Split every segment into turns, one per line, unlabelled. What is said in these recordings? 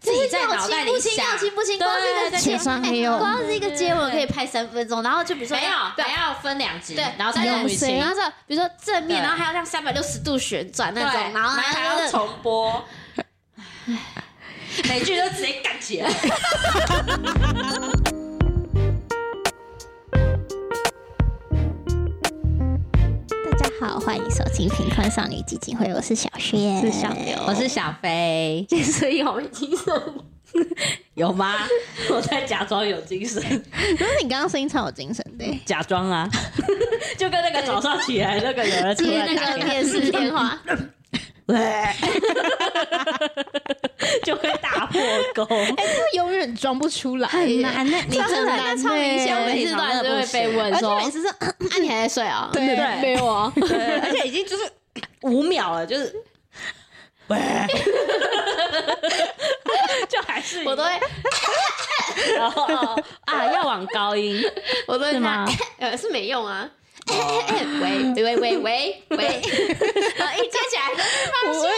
在
我
脑
亲
袋
不
里
亲
想
要。亲不亲，
对
光是一个
对
接，
对上还
哎
有
光是一个接吻可以拍三分钟，然后就比如说
没有，还要分两集，
对，
然后再让
有
女
谁
性
然，后这比如说正面，
对
然后还要让三百六十度旋转
对，
那种，然后
还要重 播，每句都直接干起来。
大家好，欢迎收听贫困少女基金会，我是小薛，
是小刘
我是小飞，
所以好没精神。
有吗？ 我在假装有精 神，
可是你刚刚声音超有精神的耶，
假装啊， 就跟那个早上起来那个有人出
接
来
那
打
个
电
电视 电话，
就会大破功。
哎，这永远装不出来，
很难呢，你
真的很难
超明显，
呢
我每次都还是会被问
而且
说，
每次是
啊你还在睡啊？
对
没
有啊，
对，而且已经就是五秒了，就是， 就还是
我都会，
然后哦啊， 要往高音，
我都会
是吗
这样？ 呃，是没用啊。喂 喂喂喂 喂，然后一接起来就是
不会对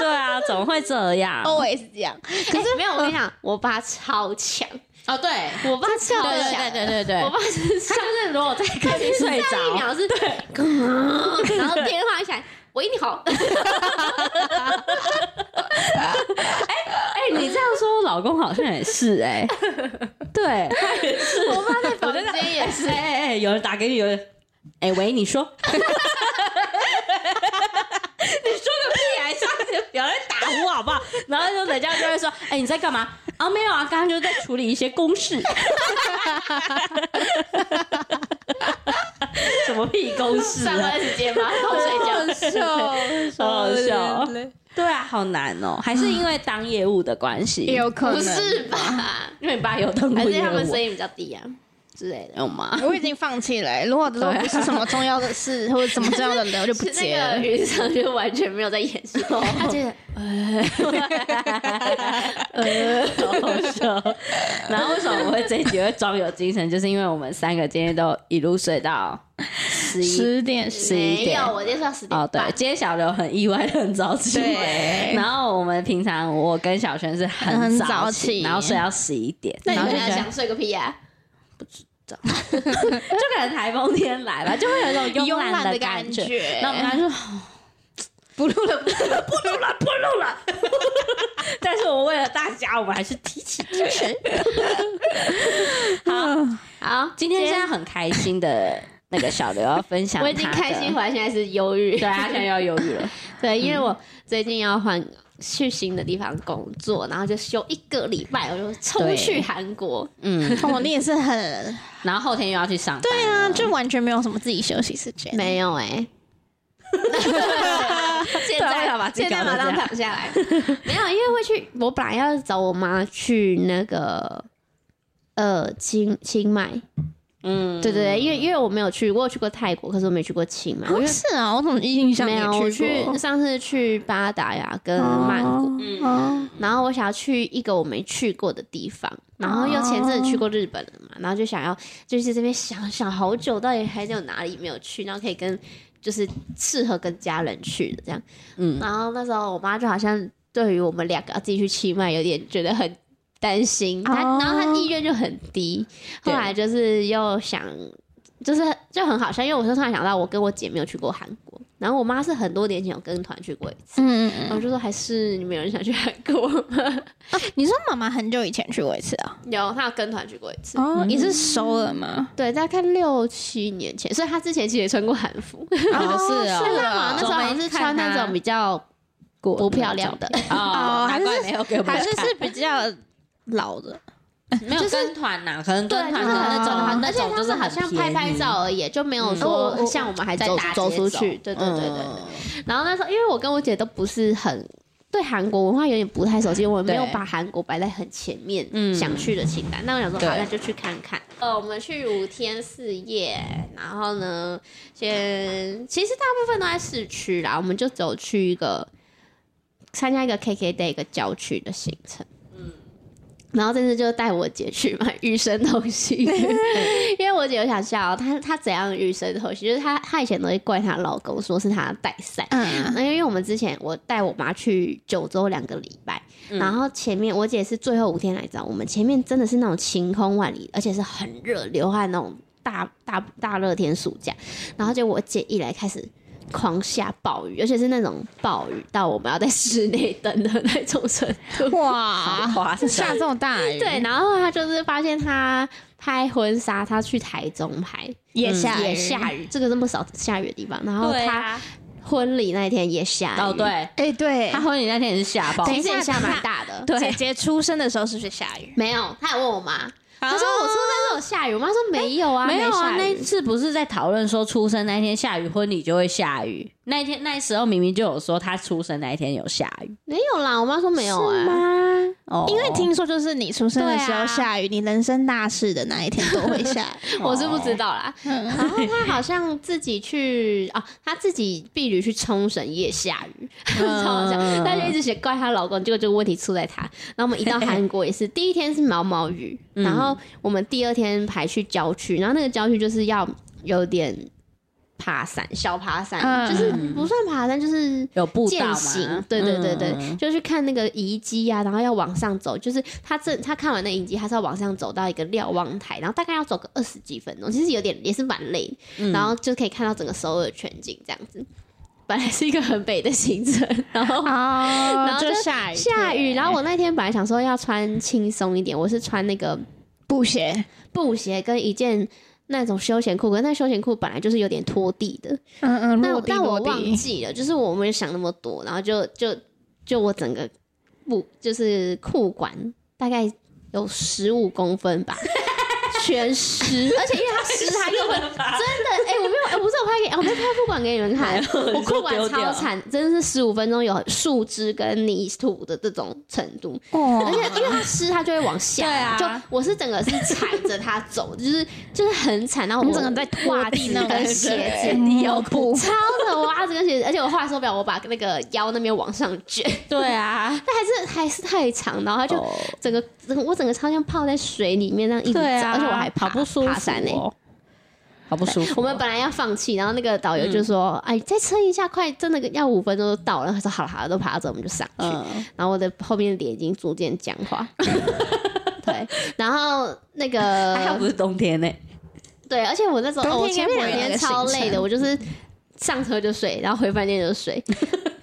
对啊，怎么会这样？
，always 这样。可是
哎没有，我跟你讲，我爸超强，
嗯哦，对，
我爸超
对
强，
对对对对，
我爸是上任如果在客
已经睡着
一秒是，然后电话一响，喂，你好，
哎、你这样说，我老公好像也是 哎、对，他也是。
我爸在
我
房
觉得
间也是
哎，哎哎，有人打给你，有人哎、喂，你说， 你说个屁啊！ 上次不要再打我好不好？然后就人家就会 说，哎、你在干嘛？啊，没有啊，刚刚就在处理一些公事。 什么屁公事
上
啊？
班时间吗？然 后睡觉，
笑
好好笑对啊，好难哦，还是因为当业务的关系，
也有可
不
能
是 吧？
因为你爸有当过
还
业
是他们
务
声，音比较低啊之类的。
有吗？
我已经放弃了欸、如果说不是什么重要的事或者什么重要的人，我就不
是那
接了
个。云上就完全没有在演戏，
哦
他觉得
好笑。然后为什么我会这一集会装有精神，就是因为我们三个今天都一路睡到十一。
十 点
十一
没
点
有，我今天说十点
哦，对
半，
今天小刘很意外的很早起来，
对
然后我们平常我跟小璇是很
很早
起，
起
然后睡到十一点，
那
然后
你
就
们
觉得
想睡个屁啊呀？
就可能台风天来吧，就会有一种慵
慵
懒
懒
的
的
感
感
觉。
觉
然后我们刚就说不录了，不录了，不录了，不录了。 但是我为了大家，我们还是提起精神。好，
好，
今天现在很开心的那个小刘要分享，
我已经开心，回来，现在是忧郁。
对他现在要忧郁了。
对，
嗯
因为我最近要换去新的地方工作，然后就休一个礼拜，我就冲
对
去韩国。
嗯，
哦，你也是很
然后后天又要去上班。对
对啊，就完全没有什么自己休息时间。
没有哎、
欸
现
对我
在
想把自己
现
搞
在马
成
上
这样
躺下来，没有，因为会去，我本来要找我妈去那个呃清清迈，
嗯，
对对对，因为因为我没有去，我有去过泰国，可是我没去过清迈，我
哦，
因为
是啊，我怎么印象
没有，
没
我
去过
去？上次去巴达雅跟曼谷，
嗯，哦
然后我想要去一个我没去过的地方，然后又前阵子
哦
去过日本了嘛，然后就想要就是这边想想好久，到底还有哪里没有去，然后可以跟就是适合跟家人去的这样。
嗯
然后那时候我妈就好像对于我们两个要自己去清迈有点觉得很担心，她、
哦
然后她意愿就很低，后
对
来就是又想。就是就很好笑，因为我就突然想到，我跟我姐没有去过韩国，然后我妈是很多年前有跟团去过一次，
嗯嗯嗯
然后就说还是你们有人想去韩国吗？
啊，你说妈妈很久以前去过一次啊？
有，他有跟团去过一次，
哦，也是首尔吗？
对，大概六七年前，所以他之前其实也穿过韩服，是
哦是哦，
啊
他好像那时候好像是穿那种比较
过
不漂亮的，
哦，难怪没有给我们
还是
看
是比较老的，
没有跟团呐，可能
对，
跟
就是
团
很
那种
哦，
那
而且
种
他
就是
们好像拍拍照而已，就没有
哦
说
哦
啊嗯像我们还
在
走
大街
走出去，
走
对对
便宜，
对对对。
嗯
然后那时候，因为我跟我姐都不是很对韩国文化有点不太熟悉，我没有
对
把韩国摆在很前面
嗯
想去的清单。那我想说，
对
好，那就去看看。呃，我们去五天四夜，然后呢，先其实大部分都在市区啦，我们就走去一个参加一个 KK day 一个郊区的行程。嗯，然后这次就带我姐去嘛，与神同行，因为我姐有想笑，她她怎样与神同行？就是她她以前都会怪她老公说是她带赛，
嗯，
那因为我们之前我带我妈去九州两个礼拜，
嗯
然后前面我姐是最后五天来找我们，前面真的是那种晴空万里，而且是很热，流汗那种大大大热天暑假，然后就我姐一来开始。狂下暴雨，而且是那种暴雨到我们要在室内等的那种程 度。
哇，
哇塞
下这么大欸雨，
对，，然后他就是发现他拍婚纱，他去台中拍，
也
嗯
下
也
雨
下雨，这个那么少下雨的地方，然后
对
他
啊
婚礼那一天也下雨，
哦，对，
哎， 对
他，婚礼那天也是吓爆
其，
等一
实
下
也下蛮
他
大的，
姐姐出生的时候是不是下雨？
没有，他还问我妈，
她
他说我出生都有下雨，我妈说没有啊，
啊没有啊，
下
那
雨
一次不是在讨论说出生那一天下雨，婚礼就会下雨。那一天那时候明明就有说他出生那一天有下雨，
没有啦，我妈说没有啊，
吗？哦，
因为听说就是你出生的时
对
候
啊
下雨，你人生大事的那一天都会下雨。
我是不知道 啦。
嗯
然后他好像自己去啊，他自己婢女去冲绳也下雨，
嗯
超好笑。她就一直写怪她老公，结果这个问题出在她。然后我们一到韩国也 是，第一天是毛毛雨，
嗯
然后我们第二天还去郊区，然后那个郊区就是要有点爬山，小爬山，
嗯
就是不算爬山，就是。
有步道
践行
嘛，，
对对对对，
嗯
就去看那个遗迹啊，然后要往上走，就是他这他看完那遗迹，他是要往上走到一个瞭望台，然后大概要走个二十几分钟，其实有点也是蛮累的，
嗯
然后就可以看到整个首尔全景这样子。本来是一个很北的行程，然 后
哦，
然后
就
就
下雨，
下雨，然后我那天本来想说要穿轻松一点，我是穿那个
布鞋，
布鞋跟一件那种休闲裤，可是那休闲裤本来就是有点拖地的，
嗯嗯，
但
落地
但我
落
忘
地，
记了，就是我没有想那么多，然后就就就我整个不就是裤管大概有十五公分吧，全 湿，而且因为它湿，它又会真的哎、我没有，哎不是我拍给，我没有拍裤管给你们看，我裤管
丢掉
超惨，真的是十五分钟有树枝跟泥土的这种程度，而
哇
且因为它湿，它就会往下，
对啊
就我是整个是踩着它走，就是就是很惨，然后我
你整个在拖地那种
跟鞋子
嗯你有布，
超冷，我袜子跟鞋子，而且我后来受不了，我把那个腰那边往上卷，
对啊，
但还是还是太长，然后它就
哦
整个整个我整个超像泡在水里面那样一直走，
对啊，
而且我还爬
好不舒服
爬山欸呢、
哦，好不舒服哦。
我们本来要放弃，然后那个导游就说：“
哦
哎，再撑一下，快，真的要五分钟就到了。”他说：“好了好了，都爬走，我们就上去。
嗯，
然后我的后面的脸已经逐渐僵化。 对，然后那个
还好不是冬天欸呢，
对，而且我那时候、
冬
哦、我
天
前
应该
面
不会
两
有那
天
个
超
行
累的，
程
我就是上车就睡，然后回饭店就 睡，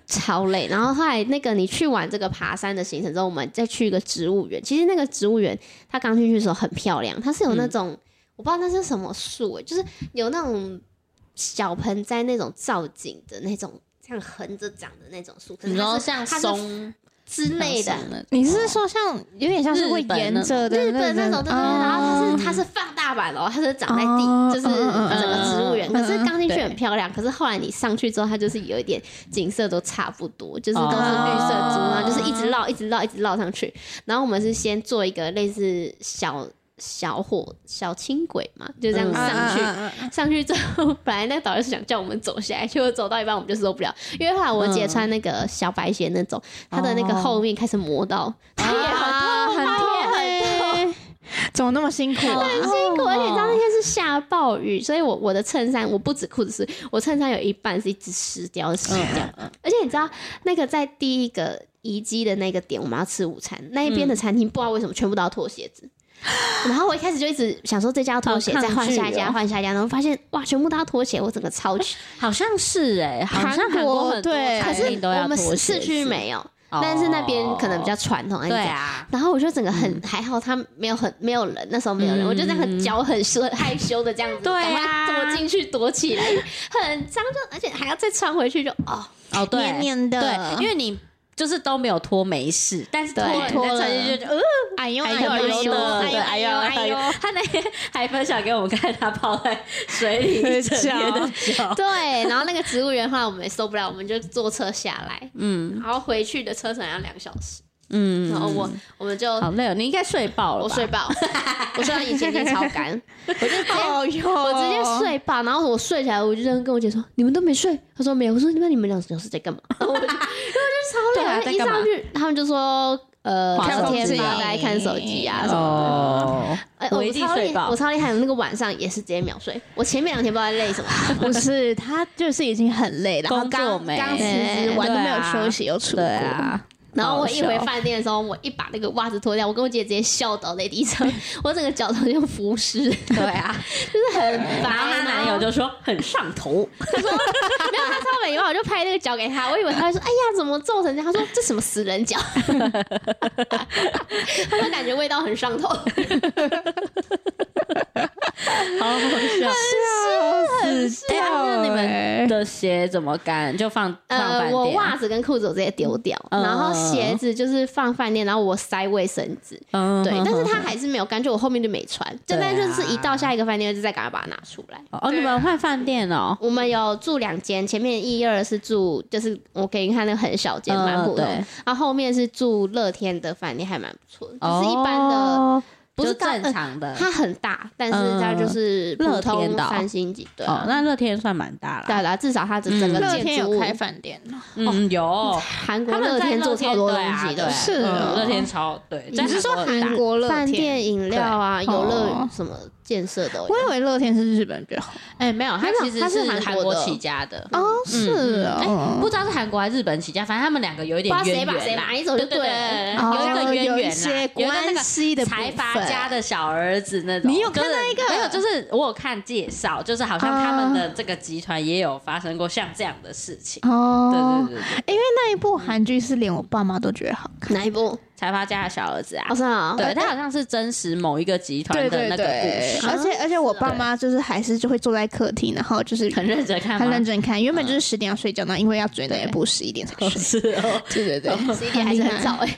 超累。然后后来那个你去完这个爬山的行程之后，我们再去一个植物园。其实那个植物园它刚进去的时候很漂亮，它是有
嗯
那种、我不知道那是什么树、欸，就是有那种小盆栽那种造景的那种。这样横着长的那种树，可是
你
它
说
是
像
它是
松
之类的，
的，
你是说像有点像是会沿着的
日本那
那
种，对对对，然后它是它是放大版哦，它是长在
哦
地，就是
嗯嗯嗯
整个植物园。
嗯
可是刚进去
对
很漂亮，可是后来你上去之后，它就是有一点景色都差不多，就是都是绿色植物，
哦
然后就是一直绕，一直绕，一直绕上去。然后我们是先做一个类似小小火小轻轨嘛，就这样
嗯
上去，
去，
上去之后，本来那个导游是想叫我们走下来，结果走到一半我们就受不了，因为后来我姐穿那个小白鞋那种，她的那个后面开始磨到，她也
哎
很痛，
很
她也很
啊痛欸，怎么那么辛苦啊？
很
哦
辛苦，而且你知道那天是下暴雨，所以我我的衬衫我不止裤子湿，我衬衫有一半是一直湿掉湿
嗯
掉，而且你知道那个在第一个遗迹的那个点，我们要吃午餐，那一边
嗯
的餐厅不知道为什么全部都要脱鞋 子。然后我一开始就一直想说这家要脱鞋，
好
再
抗拒
换下一家，
哦
换下一家，然后发现哇，全部都要脱鞋，我整个超 级。
好像是哎，好像
韩
韩
国
国很多
对
可
餐
是
厅都要
我们
脱鞋
市区
子，
没有，
哦
但是那边可能比较传统一
对
点。
啊，
然后我就整个很、还好，他没有很没有人，那时候没有人，
嗯
我就这样很脚很羞害羞的这样子，
对啊
赶快躲进去躲起来，因为很脏，就而且还要再穿回去就，哦，
哦对，
黏黏的
对，因为你就是都没有脱没事，但是脱
对
了
脱
你
了
再穿进去就呃
哎呦
哎
哎
呦哎
呦哎
呦
呦
的，
哎
对
呦
哎
哎
呦
呦
哎呦
哎呦，，
他那天还分享给我们看他泡在水里一整天的脚，
对，然后那个植物园后来我们也受不了，我们就坐车下来，
嗯
然后回去的车程要两小时，
嗯，
然后我我们就
好累哦，你应该睡爆了
我
吧？
睡饱，我睡到眼睛已经超干，我就直接
哎呦，
我直
哦
接睡吧，然后我睡起来，我就这样跟我姐说：“你们都没睡。”她 说：“没有。”我说：“那你们两小时在干嘛？”然后我就因为我就超累，
对啊
然后
在
一
干嘛
上去他们就说：“呃
划
聊
手
天
机啊
吧，大家看手机啊什么的。
哦，
哎
我
我
一定
超
睡
厉
爆
我超厉害的，那个晚上也是直接秒睡。我前面两天不知道在 累什么，
不是，他就是已经很累 了，然后
工作
刚
没
刚辞职
对
完都没有
啊
休息，又出国。
对啊，
然后我一回
好好笑
饭店的时候，我一把那个袜子脱掉，我跟我姐直接笑倒在地上，我整个脚都像浮尸。对啊，就是很啊 白。
然后她男友就说很上头，
没有，他超美貌，我就拍那个脚给他，我以为他会说：“哎呀，怎么皱成这样？”他说：“这什么死人脚？” 他说：“感觉味道很上头，
好好笑。
很
掉
那你们
欸
的鞋怎么干？就放放
呃，
饭
我
店。
袜子跟裤子我直接丢掉，
嗯
然后鞋子就是放饭店，然后我塞卫生纸。
嗯
对，但是
哼
他还是没有干，就我后面就没穿，就
对啊
但就是一到下一个饭店就再赶快把它拿出来。
哼哦，你们换饭店哦，
我们有住两间，前面一二是住，就是我给你看那个很小间，蛮
嗯
普通的
对。
然后后面是住乐天的饭店，还蛮不错的，
哦
就是一般的，不是
就
高
正常的。
它很大，但是它就是
嗯
普
乐天
通
的哦
三星级，对
哦
啊，，
那乐天算蛮大
对
了。
啦，至少它的整个
乐天
建筑
有
物，
开饭店，哦
嗯，有
韩国
他们
乐
在
天做超多
乐天
东西
对啊
的，
对
是
嗯
哦
乐天超对。
你是说韩国乐
饭
天？
店、饮料啊、
对
游乐
哦
什么建设都
我以
有。
为乐天是日本比较好
哎，没有，他
没有
其实
它是韩
韩
国
国
的
起家的，
哦，是哦，
哎不知道是韩国还是日本起家，反正他们两个有一
不知
点
道
渊
谁把谁
源啦
买。走就
对
了。
对
哦
有一个渊源
嗯哎
啦有
有一些
一个那个
关系的部
财
分
阀家的小儿子那种。
你有看
就是
到一个
没有？就是我有看介绍，就是好像他们的这个集团也有发生过像这样的事情。
哦
对，对对对，
因为那一部韩剧是连我爸妈都觉得好看，
哪一部？
财阀家的小儿子啊
哦，，是啊，
对他好像是真实某一个集团
对
的
对
那个故
对，
事，
而且而且我爸妈哦就是还是就会坐在客厅，然后就是
很认真看吗？
很认真嗯看，原本就是十点要睡觉，那因为要追那一部十一点才睡，
是哦，
对对对，
十一点还是很早哎。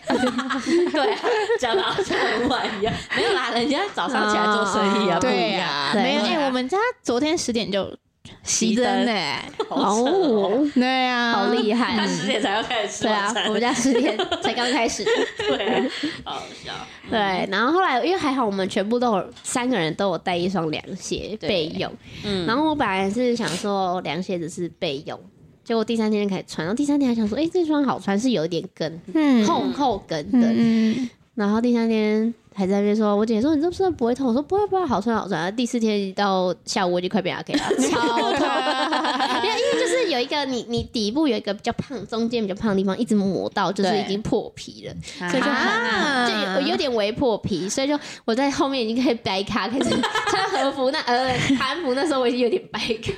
对啊，讲的好像很晚一样，没有啦，人家早上起来做生意啊，不
哦对
一
呀
样，，
对
没有
对
哎，我们家昨天十点就熄灯呢，
好扯
嗯
哦，，
对啊呀，
好厉害
他！十点才要开始吃
对啊
晚，餐
我们家十点才刚开始。
对啊，好笑。
对，然后后来因为还好我们全部都有三个人都有带一双凉鞋
对
备用，
嗯
然后我本来是想说凉鞋只是备用，结果第三天就开始穿，然后第三天还想说，哎、这双好穿，是有一点跟
嗯
厚厚跟的，
嗯嗯，
然后第三天还在那边说，我姐说你这不是不会痛？我说不会不会，好穿好穿。然后第四天一到下午我已经快被他给他 超痛，没有，因为就是有一个你你底部有一个比较胖，中间比较胖的地方一直磨到，就是
对
已经破皮了，
啊
所以就很
啊
就有有点微破皮，所以就我在后面已经开始掰咖，开始 穿和服那呃韩服那时候我已经有点掰咖，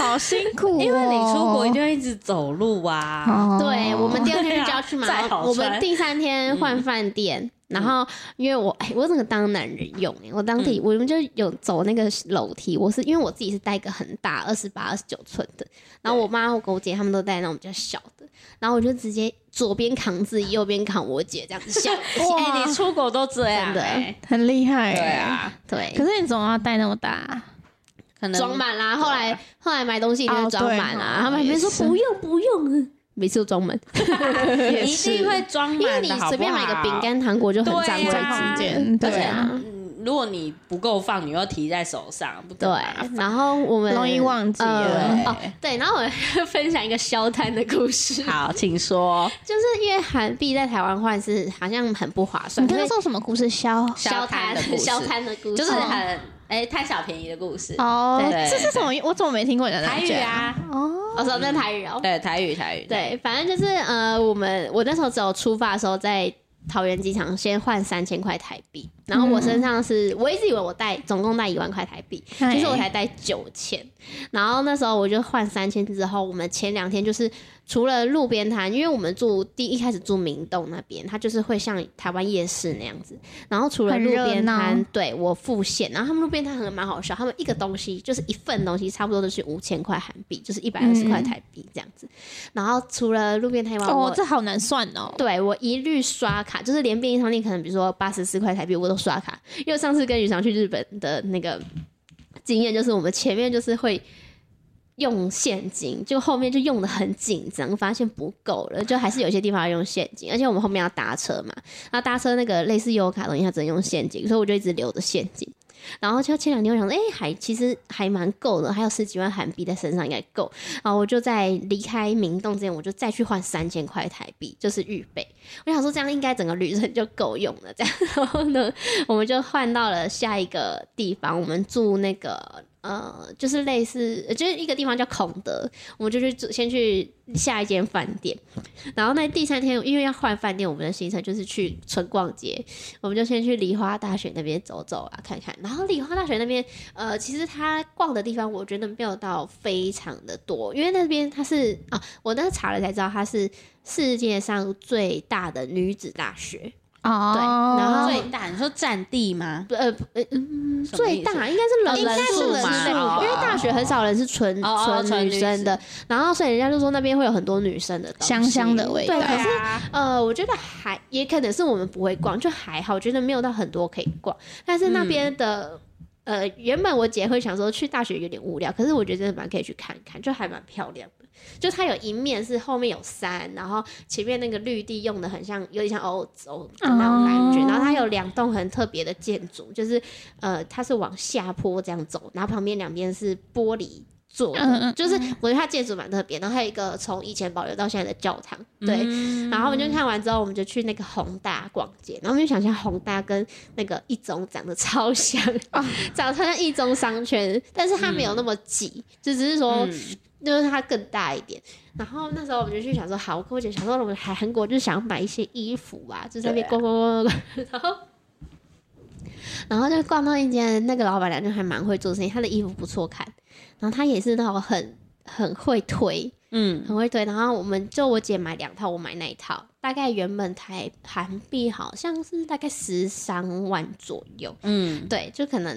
好辛苦哦，
因为你出国一定要一直走路啊。
哦，
对我们第二天就要 去买，
对啊再好
我们
穿嗯
第三天换饭店，然后因为我哎、我整个当男人用哎、我当地、
嗯
我们就有走那个楼梯，我是因为我自己是带一个很大二十八二十九寸的，然后我妈我跟我姐他们都带那种比较小的，然后我就直接左边扛自己，右边扛我姐这样 子笑，
哎、
哇
你出国都这样
真的
哎
很厉害，
对。啊，
对。
可是你总要带那么大，
可能啊
装满啦，后来后来买东西一定
哦
是装
对
满啦，
哦
他们还没说
也是
不用不用，嗯每次都装满，
也
一定会装满
因
的，
为你随便买一
好不
个
好
饼。干糖果就很
对
占位置，
啊
之间，
而且
对啊，
嗯如果你不够放，你又提在手上，不
对
更麻烦，
然后我们
容易忘记了
呃哦，对，然后我分享一个消摊的故事，
好，请说。
就是因为韩币在台湾换是好像很不划算，
你刚刚
所以
说什么故事？消
消摊
的故事
消摊的故事
就是
哦
很哎、贪小便宜的故事。
哦
对，
这是什么？我怎么没听过人家
台语
讲？
啊，
哦，
我说那台语哦，
对，台语台语。
对，反正就是呃，我们我那时候只有出发的时候在。桃园机场先换三千块台币，然后我身上是、我一直以为我带总共带一万块台币，
嗨
其实我才带九千，然后那时候我就换三千之后，我们前两天就是除了路边摊，因为我们住第一开始住明洞那边，它就是会像台湾夜市那样子，然后除了
很
路
热
边摊
闹，
对我付现，然后他们路边摊很蛮好笑，他们一个东西就是一份东西差不多都是五千块韩币，就是一百二十块台币这样子，然后除了路边摊以外，我
嗯哦，这好难算哦。
对我一律刷卡，就是连便利商店可能比如说八十四块台币我都刷卡，因为上次跟雨翔去日本的那个经验就是我们前面就是会。用现金，就后面就用的很紧张，发现不够了，就还是有些地方要用现金，而且我们后面要搭车嘛，那搭车那个类似优卡的东西，它只能用现金，所以我就一直留着现金。然后就前两天我想说，哎、还其实还蛮够的，还有十几万韩币在身上应该够。然后我就在离开明洞之前，我就再去换三千块台币，就是预备。我想说这样应该整个旅程就够用了。这样， 然后呢，我们就换到了下一个地方，我们住那个。呃，就是类似，呃就是一个地方叫孔德，我们就去住，先去下一间饭店，然后那第三天因为要换饭店，我们的行程就是去纯逛街，我们就先去梨花大学那边走走啊，看看。然后梨花大学那边，呃，其实它逛的地方我觉得没有到非常的多，因为那边它是啊，我那时候查了才知道它是世界上最大的女子大学，
哦
对然后
最大，你说占地吗？
不呃不呃嗯，
什么
最
意思哦
大应该是人
应该是
数
人
嘛
数
对
吧
因为大学很少人是纯
哦哦
纯
纯
女
女
生的，然后所以人家就说那边会有很多女生的东西
香香的味道
对，可是
啊，
呃，我觉得还也可能是我们不会逛，就还好，我觉得没有到很多可以逛。但是那边的、呃，原本我姐会想说去大学有点无聊，可是我觉得真的蛮可以去看看，就还蛮漂亮的。就它有一面是后面有山，然后前面那个绿地用的很像，有点像欧洲的那种感觉。
哦
然后它有两栋很特别的建筑，就是呃，它是往下坡这样走，然后旁边两边是玻璃。做的，
嗯嗯
就是我觉得它建筑蛮特别，然后还有一个从以前保留到现在的教堂，对，
嗯
然后我们就看完之后，我们就去那个宏大逛街，然后我们就想象宏大跟那个一中长得 超像，
哦
长得像一中商圈，但是它没
嗯
有那么挤，就只是说就是它更大一点。然后那时候我们就去想说，好，我跟我姐想说，我们还韩国就是想买一些衣服啊，就在那边逛逛逛逛逛，然后。然后就逛到一间，那个老板娘就还蛮会做生意，她的衣服不错看，然后她也是那种很很会推，
嗯，
很会推。然后我们就我姐买两套，我买那一套，大概原本台韩币好像是大概十三万左右，
嗯，
对，就可能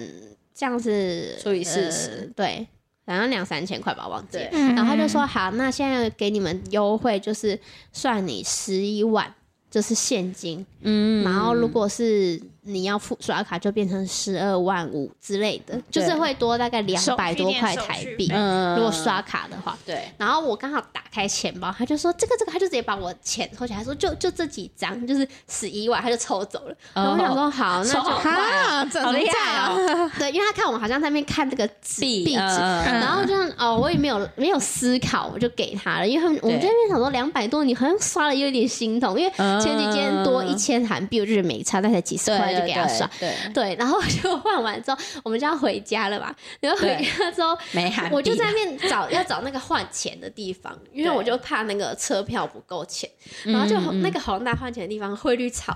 这样是
除以40
呃对，好像两三千块吧，忘记了
对。
嗯
然后他就说好，那现在给你们优惠，就是算你十一万，就是现金。
嗯，
然后如果是你要付刷卡，就变成十二万五之类的，就是
对
会多大概两
手
百
续
多
费
块
手
台
续
币。
嗯
哎如果刷卡的话，
对，
然后我刚好打开钱包，他就说这个这个，他就直接把我钱抽起来，他说就就这几张，就是十一万，他就抽走了。然后我想说哦好，那
哦抽好
就
快
啊，这
好厉害哦！
对，因为他看我好像在那边看这个纸
币
币纸，
嗯
然后就哦，我也没有没有思考，我就给他了，因为他们我们在那边想说两百多，你好像刷了有点心痛，因为前几天多
嗯
一千韩币，我就觉得没差，但才几十
对
块就给他刷。，
对对，对
对，然后就换完之后，我们就要回家了 嘛。然后回
对
家之后，
没喊，
我就在那边找要找那个换钱的地方，因为我就怕那个车票不够钱，然后就
嗯嗯
那个宏大换钱的地方汇率超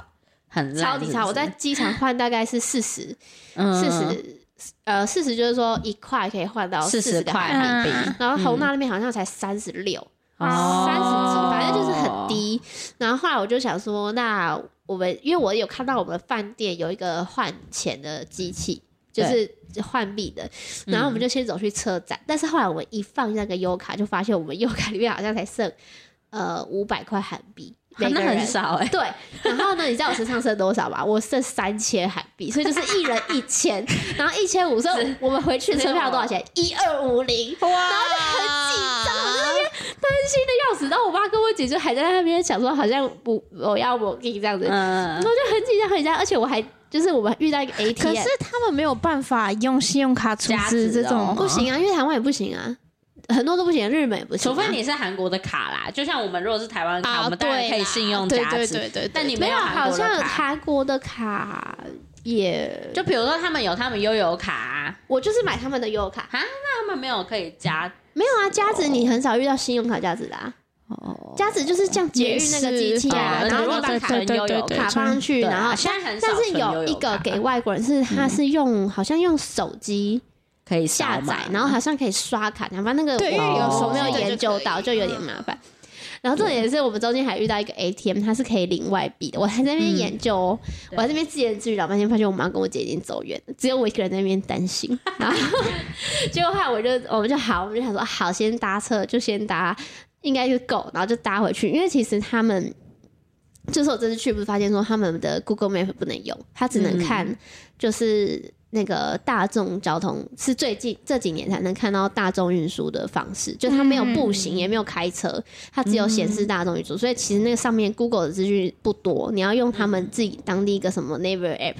很烂嗯
超级差，我在机场换大概是四十，四
四
十呃四十就是说一块可以换到
嗯四十
40个
块嗯
韩币，
韩币，
然后宏大那边好像才三十六，
哦
三十几，反正就是很。低。然后后来我就想说，那我们因为我有看到我们饭店有一个换钱的机器，就是换币的，
嗯
然后我们就先走去车站。但是后来我们一放那个优卡，就发现我们优卡里面好像才剩呃五百块韩币，每个
那
人
很。少哎、
对，然后呢？你知道我身上剩多少吗？我剩三千韩币，所以就是一人一 千，然后一千五，所以我们回去的车票多少钱？一二五零，
哇，
然后就很紧张，我在那边担心的要死。然后我妈跟我姐就还在那边想说，好像不我要我给这样子，然后
嗯，
就很紧张很紧张，而且我还哎就是我们遇到一个
可
ATM，
是他们没有办法用信用卡出资这种吗，
不行啊，因为台湾也不行啊，很多都不行，日本也不行啊、
除非你是韩国的卡啦，就像我们如果是台湾卡，
啊
我们当然可以信用
对
加
对
值，
对对，
但你
没
有
有，啊
韩
好
国的
像
卡。
韩国的卡也，
就比如说他们有他们悠游卡、啊，
我就是买他们的优卡，
那他们没有可以加
没有啊，加值你很少遇到信用卡加值的啊，
哦，
加值就是像捷运那个机器啊，
哦
然后
如
你
果
把
把
对
卡存
对
悠游
对
卡
卡，
放上去，
对
然后
啊现在很少
但是
存悠
有一
游卡
个给外国人是，他是用好像用手机
可以扫
下
码
载， 然后好像可以刷卡，然后那个
对因为
有
我
手
我没
机
有
的
研
就
究
可以
到，就有点麻烦。然后重点是我们中间还遇到一个 ATM，它是可以领外币的。我还在那边研究、哦，我还在那边自言自语，老半天发现我妈跟我姐已经走远了，只有我一个人在那边担心。然后结果后来我就我们就好，我们就想说好，先搭车就先搭，应该就够，然后就搭回去。因为其实他们就是我这次去不是发现说他们的 Google Map 不能用，它只能看就是那个大众交通是最近这几年才能看到大众运输的方式，就它没有步行，也没有开车，它只有显示大众运输，所以其实那个上面 Google 的资讯不多，你要用他们自己当地一个什么 Naver App，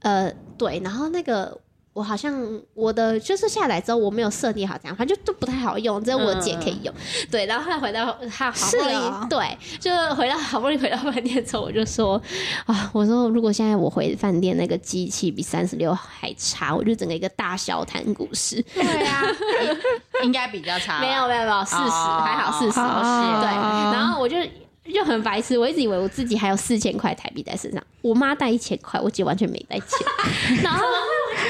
呃，对，然后那个。我好像我的就是下载之后我没有设定好怎样，反正就都不太好用，只有我姐可以用。对，然后后来回到她好不容易、
嗯是哦
对，就回到好不容易回到饭店之后，我就说啊，我说如果现在我回饭店那个机器比三十六还差，我就整个一个大小谈股市。
对
啊
呀，
应该比较差吧，
没有没有没有，四十、
哦
还好四十、
啊哦是
对，
哦
然后我就就很白痴，我一直以为我自己还有四千块台币在身上，我妈带一千块，我姐完全没带钱， 然后。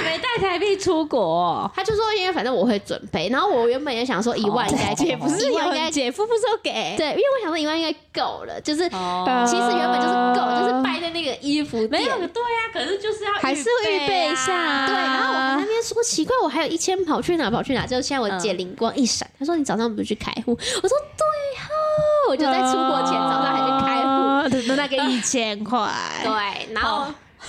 没带台币出国哦、
她就说，因为反正我会准备，然后我原本也想说一万应该
姐不是
一万
有
应该
姐夫不是有给？
对，因为我想说一万应该够了，就是、
哦
其实原本就是够，就是拜在那个衣服
没
店
有对呀、啊，可是就是要
还是会预备一下
啊
啊
对，然后我还在那边说奇怪，我还有一千跑去哪跑去哪，就现在我姐灵光一闪，她说你早上不是去开户？我说对哈，我就在出国前早上还去开 户，
户，那个一千块，
对，然后。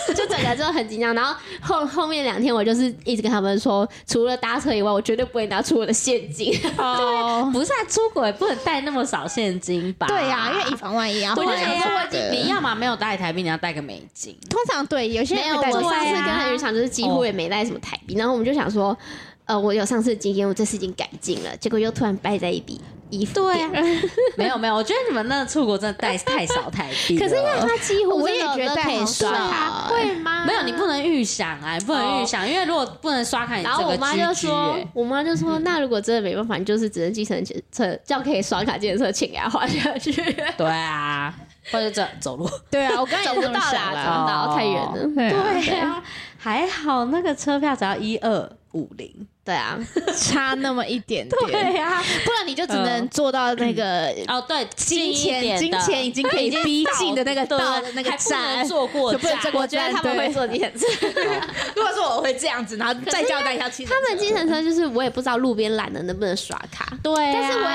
就整个就很紧张，然后后后面两天我就是一直跟他们说，除了搭车以外，我绝对不会拿出我的现金。
哦，
不是啊，出国也不能带那么少现金吧？
对呀，因为以防万一
我
啊，后
就
来
想
又
说，我已
这
经
个
你要么没有带台币，你要带个美金。
通常对有些
没
人
有，
会
我
带
上
走
次
对
跟
啊
韩语场就是几乎也没带什么台币，然后我们就想说，呃，我有上次的经验，我这次已经改进了，结果又突然败在一笔衣服
对
店。
没有没有，我觉得你们那个出国真的带太少台币了。
可是因为他几乎
我也
真的
觉得
都可以
很
刷
少
卡，会吗
没有，你不能预想啊，你不能预想，因为如果不能刷卡，你
然
这
后
个
我妈就
GG
说
欸，
我妈就说，那如果真的没办法，你就是只能计程车叫可以刷卡计程车钱给她花下去，
对啊，或者走走路。
对啊，我刚才
找
也
不
这
到
么
啦，
想
找
啦，
不到，太远了。
对啊，
对啊，还好那个车票只要一二五零。
对啊，
差那么一点 点，
呀、
不然你就只能做到那个
哦对，近
金
一点
钱
的
金钱已经可以逼近的那个到的那个
还不
站
能。坐过
就不能
站。
坐过
啊我觉得
站
他们
对
会做计程车，
如果说我会这样子，然后再叫代一下去，
他们计程车就是我也不知道路边懒人能不能刷卡，
对啊、
但是我有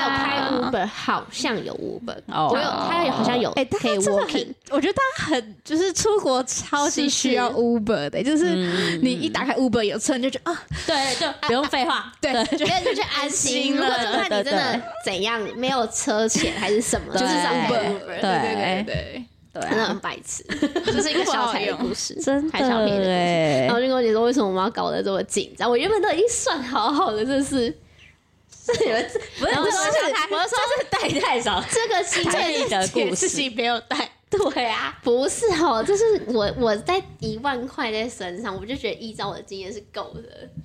开 Uber，好像有 Uber，
哦
我有，他有好像有
哎，大
可
家
以
真的很
walking，，
我觉得大家很就是出国超级
是是
需要 Uber 的，就是你一打开 Uber 有车，你就觉得啊，
对，就不用废话。
对，
觉得就是安心。如果就算你真的怎样没有车钱还是什么，
对
就是上
对
Uber，
对
对
对对
对
真的
啊，
很白痴，就是一个小彩的故事，
真
太小便宜的故事。
哎
然后就跟我姐说，为什么我们要搞得这么紧张？我原本都已经算好好的，这是
是你们不是
然后
不
我
是
就，我就说
是带太少
这个心
台币的故
自
事。
己没有带，
对啊，不是哦，这是我我在一万块在身上，我就觉得依照我的经验是够的。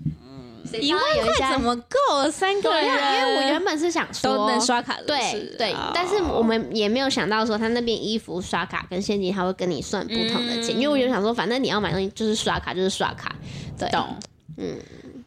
嗯，
一万块怎么够？三个
对啊，
人，
因为我原本是想说
都能。刷卡的，
对对，但是我们也没有想到说他那边衣服刷卡跟现金他会跟你算不同的钱，因为我就想说，反正你要买东西就是刷卡就是刷卡，对，
懂，
嗯，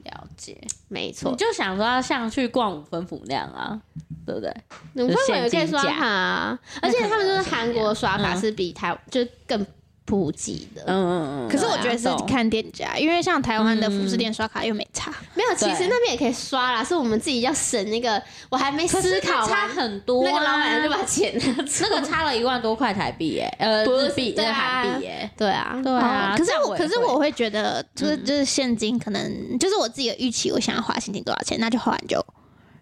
了解。嗯
没错
你。就想说要像去逛五分埔那样啊，对不对？
你会不会也可以刷卡、啊？而且他们就是韩国刷卡是比台就更普及的，
嗯嗯嗯。
可是我觉得是
懂
看店家，因为像台湾的服饰店刷卡又没差，
没有，其
对
实那边也可以刷啦，是我们自己要省那个，我还没
可
思
是
考
它差
完，
很多、
那
啊，
个老板娘就把钱拿走。
那个差了一万多块台币耶、呃，
不是
日币
对
那
啊
韩币耶、
对啊，
对啊
哦可是
这样
我，
我也
可是
会
我会嗯觉得，就是就是现金，可能就是我自己的预期，我想要花现金多少钱，那就花完就，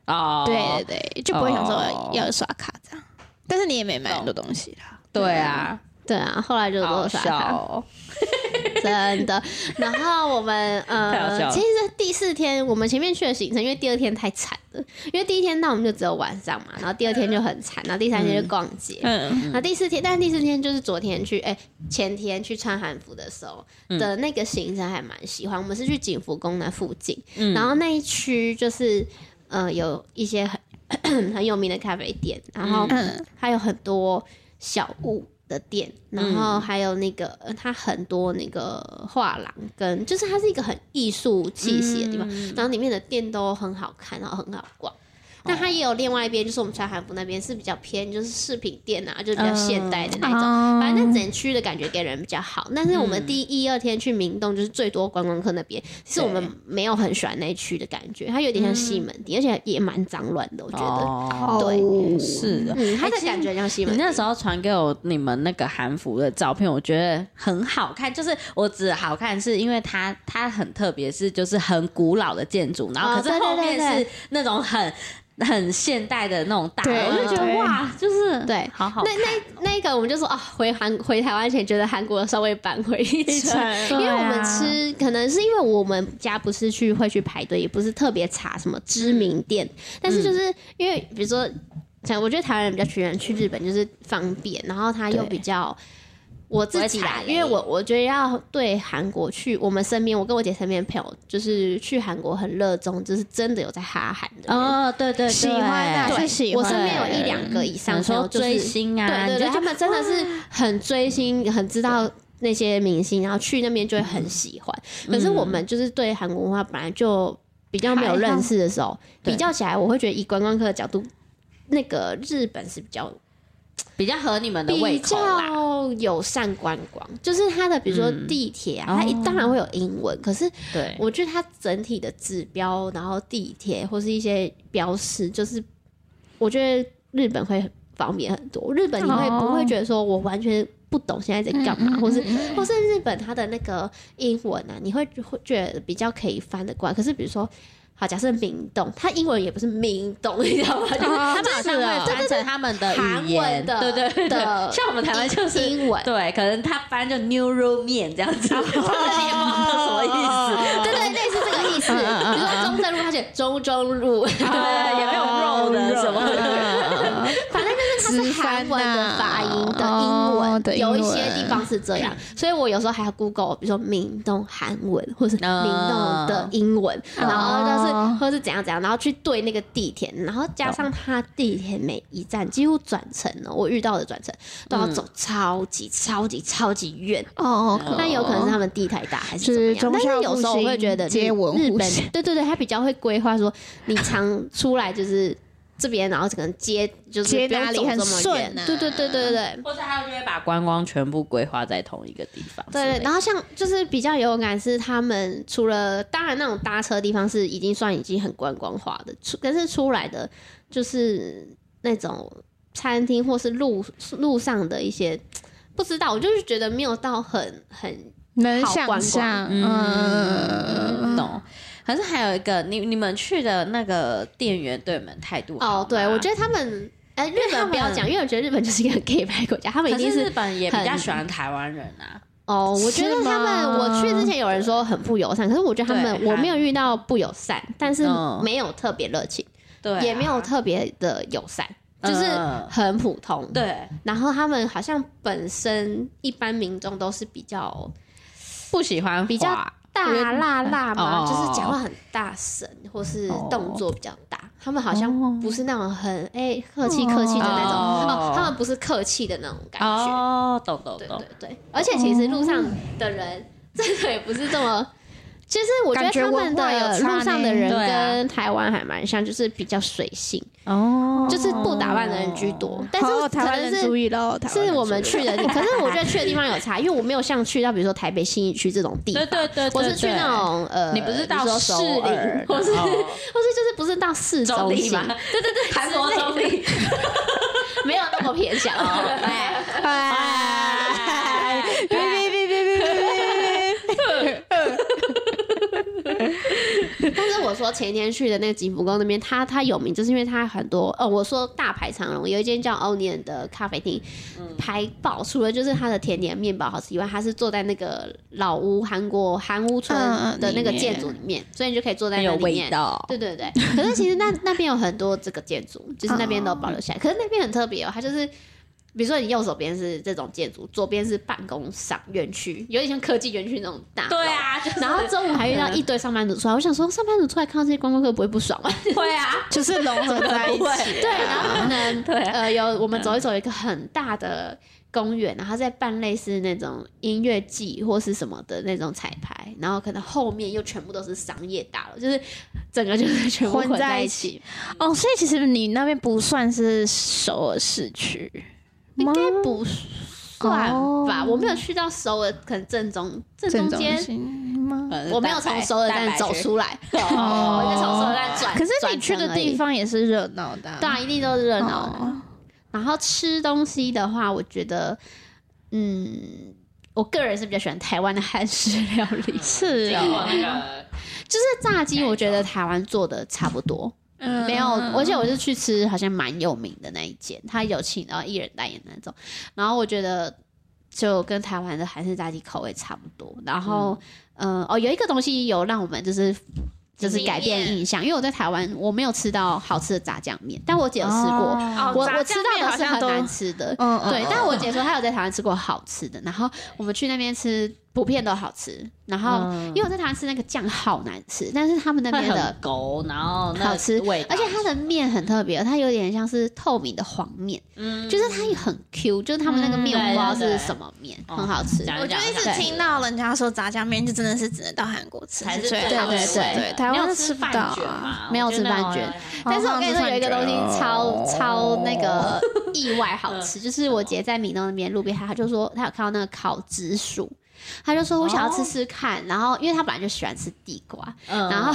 哦，
对对对，就不会想
哦
说要刷卡这样。但是你也没买很多东西啦，
对啊，
对啊，后来就都
好
有刷
笑
卡，
哦、
真 的。然后我们
太好笑
呃，
了
其实第四天我们前面去的行程，因为第二天太惨了，因为第一天到我们就只有晚上嘛，然后第二天就很惨，然后第三天就逛街，
嗯，
然后第四天，但第四天就是昨天去，哎、前天去穿韩服的时候的那个行程还蛮喜欢。我们是去景福宫那附近，然后那一区就是，呃，有一些很很有名的咖啡店，然后
嗯
还有很多小物的店，然
嗯
后还有那个呃它很多那个画廊跟，就是它是一个很艺术气息的地方，
嗯
然后里面的店都很好看，然后很好逛。那它也有另外一边，就是我们穿韩服那边是比较偏，就是饰品店啊，就比较现代的那种。
哦嗯
反正那整区的感觉给人比较好。但是我们第一、二天去明洞，就是最多观光客那边，其实我们没有很喜欢那一区的感觉，它有点像西门町，而且也蛮脏乱的，我觉得。
哦
对
是 的。
嗯，它的感觉像西
你
门町。
那时候传给我你们那个韩服的照片，我觉得很好看。就是我只好看是因为它它很特别，是就是很古老的建筑，然后
哦
可是
对对
后面
对对
是那种很很现代的那种大
对
楼，我就觉得
对
哇，就是
对
好好
那那那个我们就说啊，回韩回台湾前觉得韩国稍微扳回一城， 因为我们吃，可能是因为我们家不是去会去排队，也不是特别查什么知名店，但是就是因为比如说，像我觉得台湾人比较喜欢去日本，就是方便，然后他又
对
比较。我自己
不
啦
会踩，雷
因为我我觉得要对韩国去，我们身边我跟我姐身边的朋友，就是去韩国很热衷，就是真的有在哈韩的人。
哦，对对对，
喜欢啊
对
是喜
我
欢
身边有一两个以上
想
朋友
说
就是
追星啊，
对对对，
你
他
就觉得
们真的是很追星，很知道那些明星，然后去那边就会很喜欢。可是我们就是对韩国文化本来就比较没有认识的时候，
对
比较起来，我会觉得以观光客的角度，那个日本是比较
比较合你们的胃
比
口啦。
较友善观光，就是它的比如说
嗯
地铁啊，它一
哦
当然会有英文，可是
对，
我觉得它整体的指标，然后地铁或是一些标识，就是我觉得日本会很方便很多。日本你会
哦
不会觉得说我完全不懂现在在干嘛，
嗯嗯嗯
或是
嗯嗯
或是日本它的那个英文啊，你会会觉得比较可以翻得过来。可是比如说，好，假设明洞，它英文也不是明洞，你知道吗？就是
他们好像会翻成他们的
韩
语
文
言，
的，
哦对对对
的
像我们台湾就是
英文。
对，可能他翻就 new room 面这样子，我真的也不知道是什么意思。
对对，类似这个意
嗯
思。比如说中正路，它写中中路，
对，也没有肉的什么的，
嗯
反正就是它是韩文的发音的英文，
哦的英
有
文
一些地方是这样，所以我有时候还要 Google，比如说明洞韩文，或是明
嗯
洞的英文，然后就是
哦
或是怎样怎样，然后去对那个地铁，然后加上它地铁每一站几乎转乘哦，我遇到的转乘都
嗯
要走超级超级超级远，
哦，
那有可能是他们地太大还是
是
怎么样？但
忠孝
是有时候
复
我
兴
会觉得日
皆文
日
互
本
信
对对对，他比较会规划说，你常出来就是这边，然后可能接就是
接
不用
哪里
走
很
这么
顺
远
啊
对对对对对对。
或者他就会把观光全部规划在同一个地方之类的。
对，然后像就是比较有感是他们除了当然那种搭车的地方是已经算已经很观光化的，出但是出来的就是那种餐厅或是路路上的一些不知道，我就是觉得没有到很很
能
好观光
想象，嗯，
嗯，懂。可是还有一个，你你们去的那个店员对你们态度好
哦，对，我觉
得
得他们，哎、日
为他
本
们
不要讲，因为我觉得日本就是一个很 gay 白国家，他们一
可
定
是
是
日本也比
很
较喜欢台湾人啊。
哦，我觉得
是
他们，我
吗
去之前有人说很不友善，可是我觉得他们
对
我没有遇到不友善，但是
嗯
没有特别热情，
对啊，
也没有特别的友善，就是
嗯
很普通。
对，
然后他们好像本身一般民众都是比较
不喜欢
比较
滑
大辣辣
哦
嘛，就是讲话很大声，或是动作比较大。
哦
他们好像不是那种很哎、客气客气的那种
哦
哦，他们不是客气的那种感觉。
哦，懂懂
对
懂
对，对，而且其实路上的人真的也不是这么。就是我觉得
感觉
他们
文化有
的
差
路上的人
呢对啊
跟台湾还蛮像，就是比较随性，
哦
就是不打扮的人居多。但是
好，
可
台湾
能
人
是
注意喽，台湾
是
人
我们
注意
去的地，可是我觉得去的地方有差，因为我没有像去到比如说台北信义区这种地
对
方，
对对，
我
对
是去
对
那种呃，
你不是到
比如说
首
士林
尔，
或是
哦
或是就是不是到市
中
中
立
心，
嘛？对对对，韩国中立。
没有那么偏 向。哎
喽，哎，别别别别别别别，
哎但是我说前天去的那个景福宫那边，它它有名，就是因为它很多哦，我说大排长龙，有一间叫 Onion 的咖啡厅，
嗯
排爆，除了就是它的甜点面包好吃以外，它是坐在那个老屋韩国韩屋村
嗯
的那个
里面
建筑里面，所以你就可以坐在
很
那
有
里
味
面。
道，
对对对， 可是其实那那边有很多这个建筑，就是那边都保留下来。可是那边很特别哦，它就是比如说你右手边是这种建筑，左边是办公赏园区，有点像科技园区那种大。
对。啊，就是
然后中午还遇到一堆上班族出来，我想说上班族出来看到这些观光客不会不爽吗？
会啊，
就是融合在 一起，
对，然后可能
对啊
呃有我们走一走有一个很大的公园，然后在办类似那种音乐季或是什么的那种彩排，然后可能后面又全部都是商业大楼，就是整个就是全部
混
混
在
在
一
一起。
哦，所以其实你那边不算是首尔市区，
应该
吗
不算吧，我没有去到首尔，可能正中正中间，
心吗？
我没有从首尔站走出来，
哦
我就从首尔站转。
可是你去的地
转乘而
方也是热闹的啊、
已，对啊，一定都是热闹的。
哦
然后吃东西的话，我觉得，嗯，我个人是比较喜欢台湾的韩式料理，哦
是
经过那个
就是炸鸡，我觉得台湾做的差不多，
嗯
没有，而且我是去吃好像蛮有名的那一间，他有请到艺人代言那种，然后我觉得就跟台湾的韩式炸鸡口味差不多。然后，嗯、哦，有一个东西有让我们就是就是改变印象，因为我在台湾我没有吃到好吃的炸酱面，但我姐有吃过，
哦
哦
我
炸
我吃
酱面
到
好
的是
像
很
都
难吃的，
嗯
对，
嗯
但我姐说她有在台湾吃过好吃的，然后我们去那边吃，普遍都好吃。然后、因为我在台湾吃那个酱好难吃，但是他们那
会
边 的
很勾，然后那
好吃
个味道，
而且它的面很特别，它有点像是透明的黄面，
嗯
就是它也很 Q，就是他们那个面
嗯
我不知道
对对
是
对
什么面，
哦
很好吃。
讲
我就一直听到人家说炸酱面，就真的是只能到韩国吃
才是
最
最好
好
吃
吃
的
的。对，台
没有
湾
吃
吃不到
饭卷
啊。
嘛
没有
我觉
吃
得那
饭卷
种
但是我跟你说，有一个东西超
哦
超那个意外 好吃，就是我姐在米诺那边路边摊，她就说她有看到那个烤紫薯，她就说我想要吃吃看，然后因为她本来就喜欢吃地瓜，
嗯
然后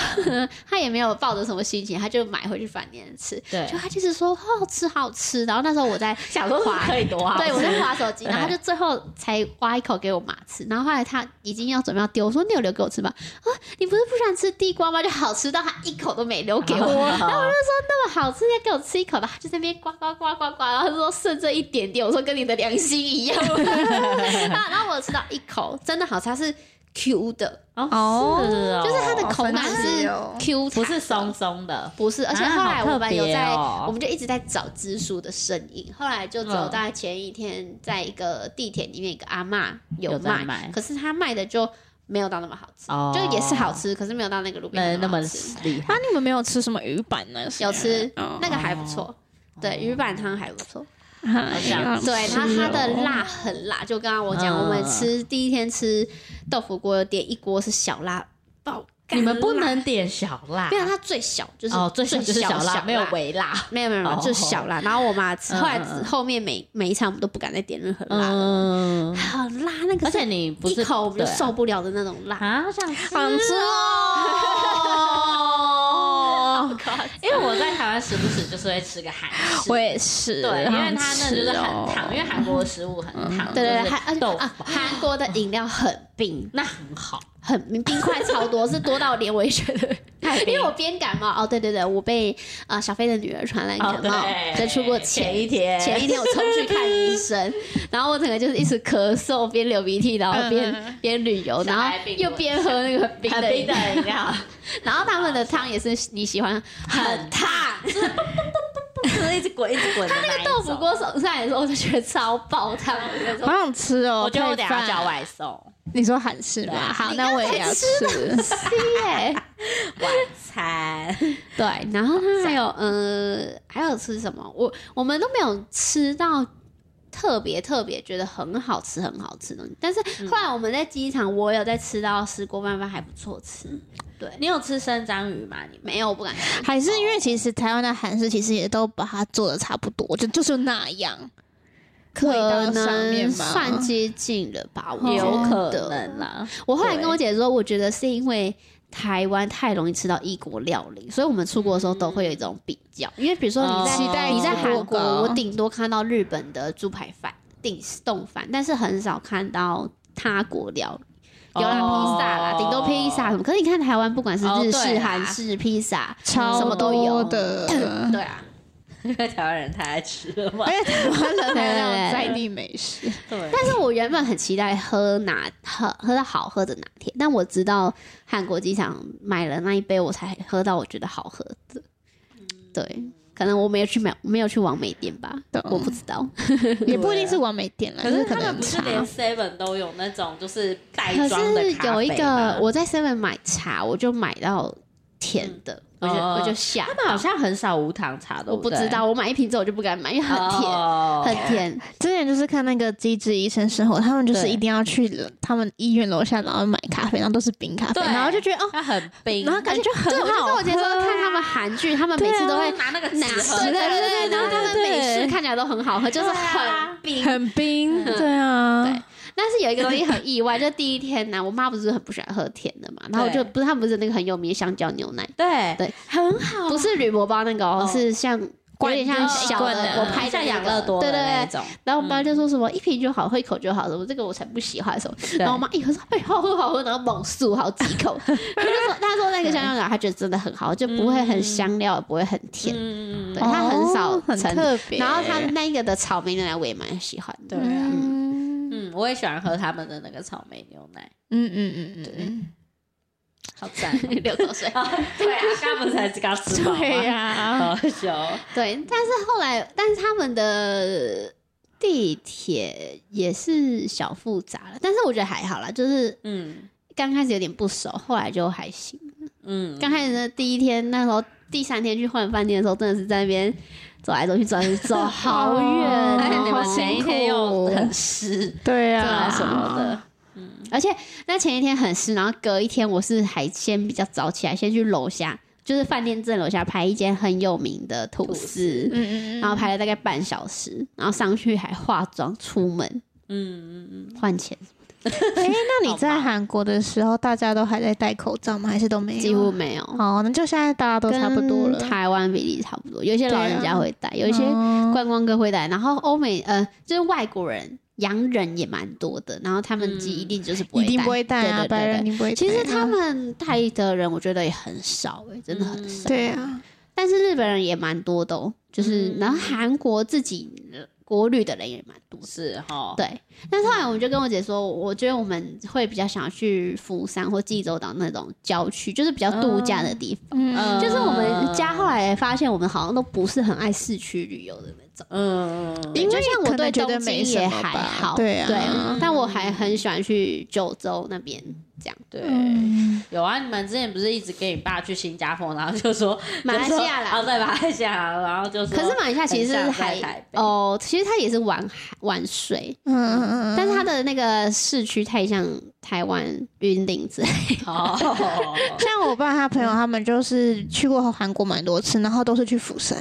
她也没有抱着什么心情，她就买回去饭店吃，
对
就她就是说哦好吃好吃，然后那时候我在
想说
滑
可以多好吃，
对，我在划 手机，
对
然后他就最后才挖一口给我妈吃，然后后来他已经要准备要丢，我说你有留给我吃吗？啊，你不是不喜欢吃地瓜吗？就好吃到他一口都没留给我，
然后
那么好吃，要给我吃一口吧。他就在那边呱呱呱呱呱，然后他说剩这一点点，我说跟你的良心一样。 然后然后我吃到一口，真的好吃，它是 Q 的，
哦
是哦，
就是它的口感
好神奇
是
哦
Q，弹的
不是松松的，
不是，而且
啊
后来
好
我
特
们有
别
在，
哦
我们就一直在找支书的身影。后来就只有
嗯
大概前一天，在一个地铁里面，一个阿嬷有
有在
卖，
卖
可是她卖的就没有到那么好吃，
哦
就也是好吃，可是没有到那个路
那
边
那
么
么
好吃。
厉害
啊，，你们没有吃什么鱼板呢？
有吃、
哦
那个还不错，
哦
对，鱼板汤还不错。
哎呀
对，它
是
它的
哦
辣很辣，就刚刚我
嗯
讲，我们吃第一天吃豆腐锅，点一锅是小辣爆干
你
辣，
们不能点小辣，
没有，它最小就是
哦，最小
小
就是小
辣，
没有微辣，
没有没有，没有，
哦
就是小辣。然后我妈吃，
嗯
后来
嗯嗯
后面每每一场我们都不敢再点任何辣了，
嗯，
很辣那个，
而且你不是
一口我们就
对啊哦
受不了的那种辣。
啊，这样子
想吃 哦！
因为我在台湾时不时就是会吃个韩式，
我也是，
对，因
好
为
想
它那
吃
就是很
哦嗯
烫，因为韩国的食物很烫，
对对
就
对，
是
韩而且
豆
啊，
腐
韩国的饮料很冰，
那很好，
很冰，冰块超多，是多到连我也觉得。
太
因
冰
为我边感冒哦，对对对，我被呃小飞的女儿传染
哦
感冒，
对，
在嗯出国
前
前
一天，
前一天我冲去看 医生，然后我整个就是一直咳嗽，边流鼻涕，然后边边旅游，然
嗯小
后
孩病
又边喝那个很 冰
很
的饮
冰
料。
的饮料，
然后他们的汤也是你喜欢很烫，
就是一直滚一直滚的那一种
豆腐锅手上来的时候我就觉得超爆烫。我就
好
说
想吃哦！
我觉得我
配
等下
饭
叫外送
你说韩式
对
吗？
啊
好，
你
那我也
刚才
要
吃
吃。
耶，
晚餐，
对，然后他还有呃，还有吃什么？我我们都没有吃到特别特别觉得很好吃很好吃的东西，但是后来我们在机场，我有在吃到石锅拌饭还不错吃，
你有吃生章鱼吗？你们
没有我不敢吃。
还是因为其实台湾的韩式其实也都把它做的差不多，就就是那样。
可
味道上
能
面吧
算接近了吧，我
哦
觉
有可
得
能啊啦，
我后来跟我姐说，我觉得是因为台湾太容易吃到异国料理，所以我们出国的时候都会有一种比较。因为比如说你在、
哦期待
你在
值
韩
过
国，
高
我顶多看到日本的猪排饭、定冻饭，但是很少看到他国料理。有啦，披萨啦，
哦
顶多披萨什么。可是你看台湾，不管是
哦
日
对
式、
啦
韩式、披萨，
超
什么都有
多的，
对啊，
因为台湾人太爱吃了 嘛
而。且哎台湾人还有那
对
种在地美食，
对，
但是我原本很期待喝拿喝喝到好喝的拿铁，但我直到韩国机场买了那一杯，我才喝到我觉得好喝的。对，可能我没有去买，没有去王美店吧，
懂
嗯
我不知道。
也不一定是完美点了，
啊可
就是可
他们
能
不是
差。
连 Seven 都有那种就是袋
可
装的
是
咖啡
有一
吗
个我在 Seven 买茶，我就买到甜的，我就、
哦
我就下
他。们好像很少无糖茶的，
我不知道，我买一瓶之后我就不敢买，因为很甜，
哦
很甜。
之前就是看那个《机智医生生活》，他们就是
对
一定要去他们医院楼下，然后买咖啡，然后都是冰咖啡，
对
然后就觉得哦，
它很冰，
然后感觉就很
对，我嗯 就
好
跟
喝啊。
我姐说，看他们韩剧，他们每次都会
拿那个
拿
纸
对
盒
对对对，然后他们美
对
式看起来都很好喝，就是很
冰
很冰，对啊，
但是有一个东西很意外，就第一天呢、我妈不是很不喜欢喝甜的嘛，然后我就
对
不是他们不是那个很有名的香蕉牛奶，
对
对，
很好
不是铝箔包那个哦，
哦
是像
罐
有点像
就是一
小
罐
的
的
我拍的
像
那
养
个
乐多的
对对
那
对
种，
然后我妈就说什么、一瓶就好，喝一口就好，什么这个我才不喜欢什么。然后我妈一口说哎好喝好喝，然后猛漱好几口。她就说她说那个香料感她觉得真的很好，就不会很香料，也不会很甜，
嗯，
对她很少
哦很
成
特别。
然后她那个的草莓牛奶我也蛮喜欢的，
对啊，
嗯
嗯，我也喜欢喝他们的那个草莓牛奶，
嗯嗯嗯 嗯，
好赞哦。
流口水。
对啊，刚不是才刚吃饱吗？啊
呀，
好笑。哦
对，但是后来，但是他们的地铁也是小复杂了，但是我觉得还好啦，就是
嗯
刚开始有点不熟，后来就还行。
嗯，
刚开始的第一天，那时候第三天去换饭店的时候，真的是在那边走来走去，走来走去，走好远、哦，
而且哎你们
好
前一
辛
天又
苦哦
很湿，
对嗯
对
呀
啊，什么的，
而且那前一天很湿，然后隔一天我是还先比较早起来，先去楼下，就是饭店正楼下拍一间很有名的吐
吐
司，
嗯嗯嗯，
然后拍了大概半小时，然后上去还化妆出门
嗯嗯嗯，
换钱，
哎，那你在韩国的时候，大家都还在戴口罩吗？还是都没有？
几乎没有，
哦，那就现在大家都差不多了
跟。台湾比例差不多，有一些老人家会戴，有一些
嗯
观光客会戴，然后欧美呃就是外国人。洋人也蛮多的，然后他们一定就是不会
嗯一
戴，
定不会戴
对
啊，
对
白
对
人一
对
定不会戴啊。
其实他们戴的人，我觉得也很少、欸，真的很少。
对啊，
但是日本人也蛮多的、哦，
嗯
就是、然后韩国自己呃国旅的人也蛮多
不是哈，
哦
对，但是后来我们就跟我姐说，我觉得我们会比较想要去釜山或济州岛那种郊区，就是比较度假的地方。
嗯
就是我们家后来发现，我们好像都不是很爱市区旅游的那种。
嗯，嗯
因
为
就像
可
我
能
对
觉得
东
没
京
什
也
么
还
吧
好，
对啊
但我还很喜欢去九州那边，这样
对。
嗯，
有啊，你们之前不是一直跟你爸去新加坡，然后就说
马来西亚
然后
啦。
哦对马来西亚，然后就说
可是马来西亚其实
很
是
像在
海
台北
哦，其实它也是玩海玩水，
嗯嗯嗯嗯，
但是它的那个市区太像台湾云林之类 的。
哦，
像我爸他朋友，他们就是去过韩国蛮多次，然后都是去釜山，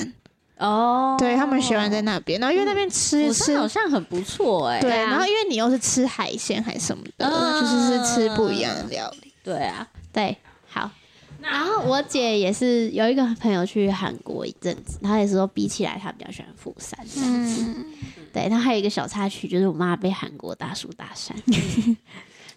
哦，嗯
对他们喜欢在那边。然后因为那边吃
釜山好
吃，
像很不错哎、
对，
对啊
然后因为你又是吃海鲜还是什么的，
嗯
就是是吃不一样的料理。
对啊，
对，好。然后我姐也是有一个朋友去韩国一阵子，她也是说比起来她比较喜欢釜山这样子。
嗯，
对，然后还有一个小插曲，就是我妈被韩国大叔搭 讪，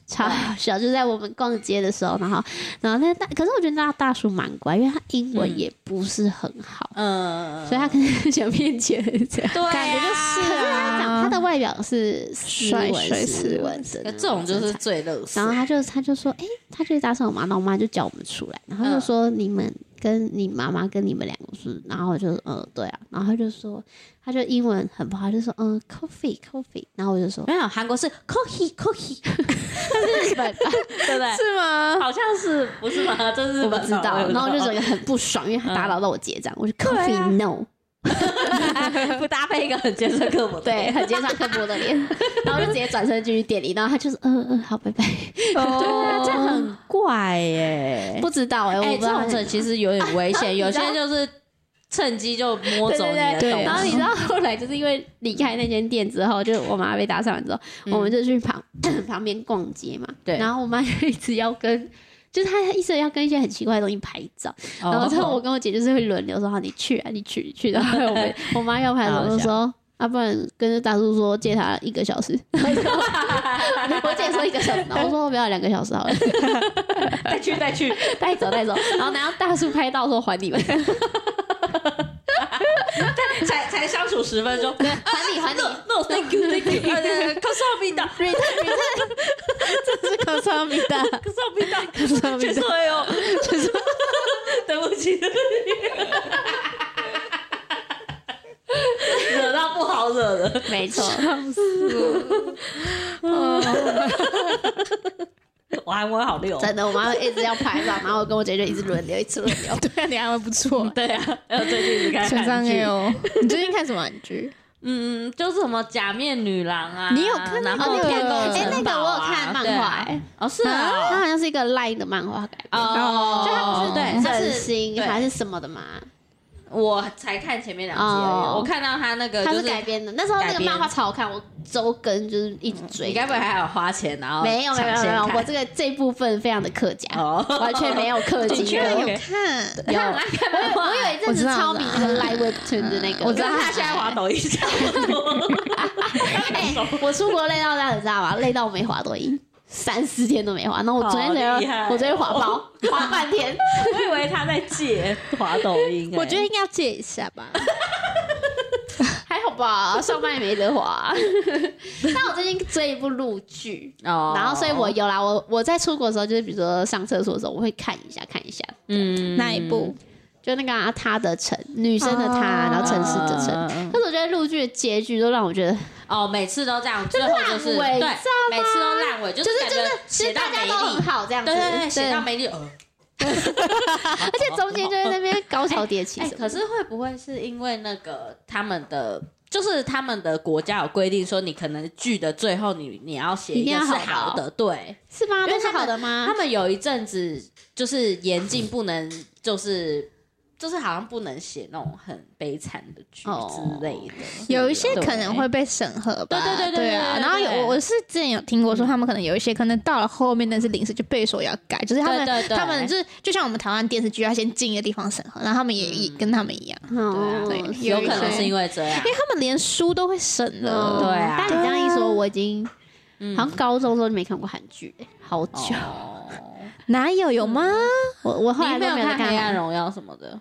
超好笑。就在我们逛街的时候，然后然后那大，可是我觉得那大叔蛮乖，因为他英文也不是很好，
嗯，
所以他可能 想骗钱这样。
对、啊，
感觉就是
他
啊，
长他的外表是斯
帅
文
帅斯
斯文的
那
那啊种身材，
这种就是最乐色
然后，他就他就说，哎、他就搭讪我妈，然后我妈就叫我们出来，然后就说、你们跟你妈妈跟你们两个是，然后我就呃对啊，然后他就说他就英文很不好，他就说嗯 coffee coffee，然后我就 说
没有韩国是 coffee coffee，
日本吧
对不对？
是吗？
好像是不是吗？这是
我不知道，然后我就整个很不爽，因为他打扰到我结账，我 就 coffee、no，
得 不搭配一个很尖酸刻薄的
对，
脸，
很接上刻薄的脸，然后我就直接转身进去店里，然后他就是嗯嗯好拜拜，
啊这很怪耶、
不知道哎、哦我
哎、
不知
这
道他
种
是
人其实有点危 险，有些就是趁机就摸走你的
对对
东西，
对哦
然后你知道后来就是因为离开那间店之后，就我妈被打扫完之后，我
嗯
们就去旁 旁边逛街嘛。
对
然后我妈就一直要跟，就是她一直要跟一些很奇怪的东西拍照。
哦
哦
然后之后我跟我姐就是会轮流说：“好，你去啊，你去，你去。”然后我 们我妈要拍照就说。啊，不然跟着大叔说借他一个小时， 我姐说一个小时，然后我说我不要两个小时好了，
再去 再 去，
带走带走，然后等到大叔拍到说还你们，还
才才相处十分钟。
你 还你
No, thank you, thank you. 呃可是我 比的，
，return return，
是烤烧米的，
可是我比的，
烤烧
去
米的，
错 哟，哦对不起，对不起，惹到不好惹的。
没错，
我韩文好溜，
真的，我妈一直要拍照，然后我跟我姐就一直轮流，一直轮流。
对啊，你还蛮不错。
对啊，还有最近一直看
陈
韩
上
剧，
有，嗯你最近看什么韩 剧？
嗯，就是什么假面女郎啊，
你有看那
然
哦
后
个
天狗
哎
那
城
个
堡
我有
啊
看漫
对
画、
啊
欸，
哦是
它
啊，
好像是一个 LINE 的漫画改编，
哦，
啊就它不是
对，它
整
是
形
对
还是什么的嘛？
我才看前面两集而已，
哦
我看到他那个
它
就是
改编的。那时候那
改
个
编
漫画超好看，我周更就是一直追
你。该不会还有花钱然后
没有没有没有没有，
抢先看
我这个这部分非常的客家，
哦
完全没有客
你
气
居
的。
然
我
有
有
看，
我有一阵子超迷那个 Live Webtoon 的那个，
我知道他现在滑抖音差 不多，
哎我出国累到大家知道吗？累到我没滑抖音，三四天都没滑。然后我昨天
好
才
厉害
我昨天 滑包，滑半天。
我以为他在借滑抖音欸、
我觉得应该要借一下吧。
还好吧，上班也没得 滑。但我最近追一部陆剧，
哦
然后所以我有啦，我我在出国的时候，就是比如说上厕所的时候，我会看一下看一下，
嗯
哪一部？
就那个、啊、他的城，女生的她，
哦
然后城市的城。
嗯
但是我觉得陆剧的结局都让我觉得，
哦，每次都这样，最后就是
烂尾
对
你知道吗，
每次都烂尾，就
就是
感
就
觉
是，其
写
实
到
大家
没
都
力
很，好这样子，
对对对，写到
而
没力， 呃，
且中间就在那边高潮迭起
哎、
什么
可是会不会是因为那个他们的，就是他们的国家有规定说，你可能剧的最后你你要写
一
个
定要
是
好啊
好的，对。
是吗？
因为
都是
他们
好的吗
他？们有一阵子就是严禁不能，就是就是好像不能写那种很悲惨的剧
哦
之类的，
有一些可能会被审核
对
吧，
对对对对
啊。
对对
然后有我我是之前有听过说，他们可能有一些可能到了后面，但是临时就被说要改，就是他们
对对对
他们就是就像我们台湾电视剧要先进一个地方审核，然后他们
嗯
也也跟他们一样，
哦
对啊
对
有
一
可能
些
是因为这样
因为。他们连书都会审
哦
了，
对啊
但你这样一说，我已经
嗯
好像高中的时候就没看过韩剧欸，好久。
哦，
哪有有吗？
我我后来
你
都
没有
有
看
再
《黑暗
看，
荣耀》什么的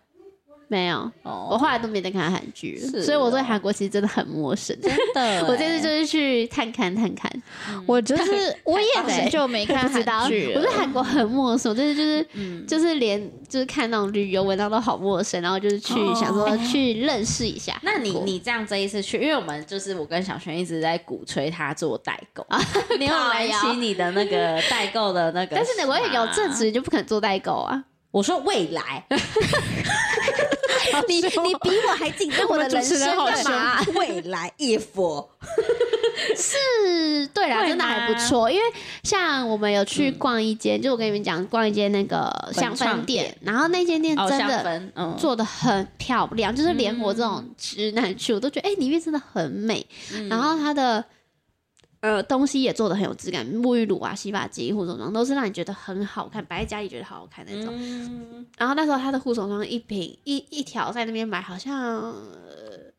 没有，我
哦，
后来都没再看韩剧了，
是
所以我对
哦
韩国其实真的很陌生。
真的欸，
我这次就是去探看探看，
我就是我也
对
很久没看
不知道，
韩
我
剧了，
对韩国很陌生，但是就是
嗯，
就是连就是看那种旅游文章都好陌生，然后就是去
哦
想说去认识一下韩
那
国。
你你这样这一次去，因为我们就是我跟小璇一直在鼓吹他做代 购，你有
靠
燃
腰
起你的那个代购的那个，
但是呢，我也有正
职。
职，就不肯做代购啊。
我说未来，
你你比 我还紧张
我的人生干嘛 啊？
未来 if
是，对啦，哦
会
真的还不
吗
错。因为像我们有去逛一间，就我跟你们讲，逛一间那个香氛
创
店，然后那间店
哦，
真
香
的
氛，嗯，
做的很漂亮，就是连我这种直男去，我都觉得哎、里面真的很美。
嗯
然后它的呃东西也做的很有质感，沐浴乳啊、洗发精、护手霜都是让你觉得很好看，摆在家里觉得好好看那种。
嗯
然后那时候它的护手霜一瓶一一条在那边买，好像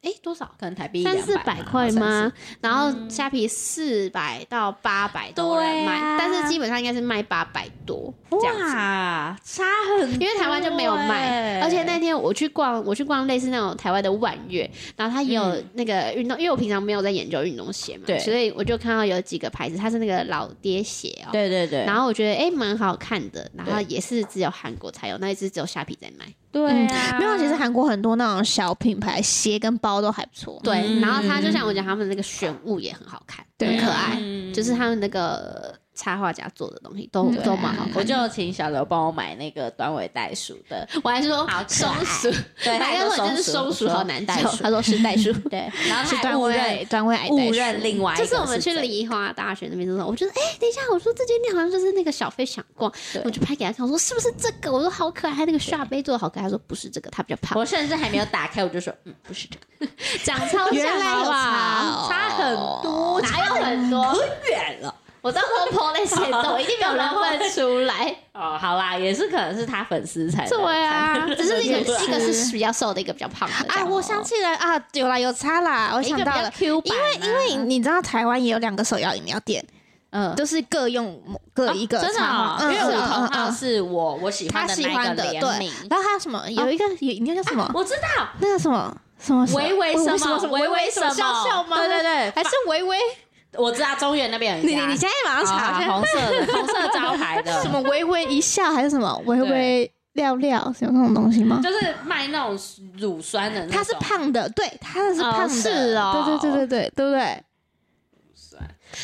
哎、多少？
可能台币
三四
200
百块？
好像
吗
是？
然后虾皮四百到八百都有人卖，
嗯对啊
但是基本上应该是卖八百多这样子。
哇，差很多欸，
因为台湾就没有卖，而且那天我去逛，我去逛类似那种台湾的万悦，然后它也有
嗯
那个运动，因为我平常没有在研究运动鞋嘛，
对
所以我就看到有几个牌子，它是那个老爹鞋哦、
对对对，
然后我觉得哎蛮、好看的，然后
对
也是只有韩国才有，那一只只有虾皮在卖，
对
嗯
啊，
没有，其实韩国很多那种小品牌鞋跟包都还不错。
对，
嗯
然后它就像我讲，他们那个玄物也很好看，
对
很
啊
可爱，
嗯
就是他们那个插画家做的东西都、
对啊
都蛮好看的，
我就请小刘帮我买那个短尾袋鼠的，
我还说松鼠，
对，
他
还
跟
有
我就是
松
松鼠好难带
袋，鼠
他，说是袋鼠。
对，然后
是
他还
段
误
位
认
矮段位矮袋
误
鼠
认另外一
就
个
是我们去
谁
梨花大学那边的时候，我觉得哎、等一下，我说这间店好像就是那个小飞想逛
对，
我就拍给他看，我说是不是这个？我说好可爱，他那个刷杯做的好可爱。他说不是这个，他比较胖
我，甚至还没有打开，我就说，嗯，不是这个，
长超像
原来
好
有
不
差
好
哦
差很多，
哪有很多？
远了。
我到时候 PO 那些都一定没有人问出来。
哦，好啦，也是可能是他粉丝才
对啊，只是一个
一个
一个是比较瘦的，一个比较胖的。
啊，我想起来啊，有啦有差啦，我
我
想到了，
Q 版
因为因为你知道台湾也有两个手摇饮料店，
嗯，
都是各用各一个
真的
插
哦，
画，
因
嗯
为五同
嗯嗯
号
嗯
是我我喜欢
他
的
喜
那
欢
一个
的对，
联名，哦
然后还有什么有一个有饮料叫什么？
我知道，
那个什么什么什么
维维
什
什么
什么
维维
维什
什么
么笑笑吗？
对对对
还是维维？
我知道中原那边有
你
一家，
你你现在马上查一
啊
下
红色的红色招牌的
什，么微微一笑还是什么微微料料，是有那种东西吗？
就是卖那种乳酸的那种，
他是胖的，对，他的是胖的，
哦是哦
对对对对对，对不对？
酸，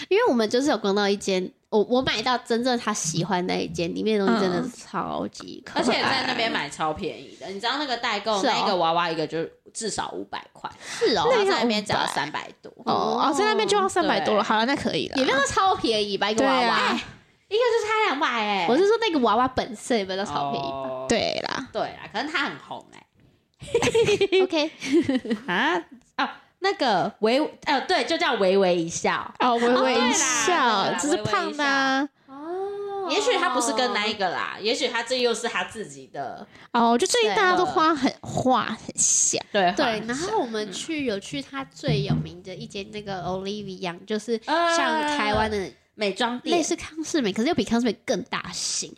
因为我们就是有逛到一间，我我买到真正他喜欢那一间，里面的东西真的
嗯
超级可爱，
而且在那边买超便宜的，你知道那个代购
是哦
那个娃娃一个就至少五百块，
是
然
哦，
那
后
个
在那边只要
500
三百多，
哦哦，在那边就要三百多了，好了，那可以了，
也没有到超便宜吧，一个
对
娃娃。
啊，
一个就差两百哎，
哦
哦
我是说那个娃娃本身有没有到超便宜？
宜，
对啦，
对啦，可能他很红哎，
OK，
啊哦，那个微呃，对，就叫微微一笑。
哦，微微
对啦
一
对
笑，
啦
这是
微微一
胖的啊
哦
也许他不是跟那一个啦，也许他这又是他自己的
哦，就最近
对
大家都
了
画很画很像，
对话
对，然后我
嗯
们去有去他最有名的一间那个 Olivia，就是
呃
像台湾的
美妆
类
店
似康士美，可是又比康士美更大型。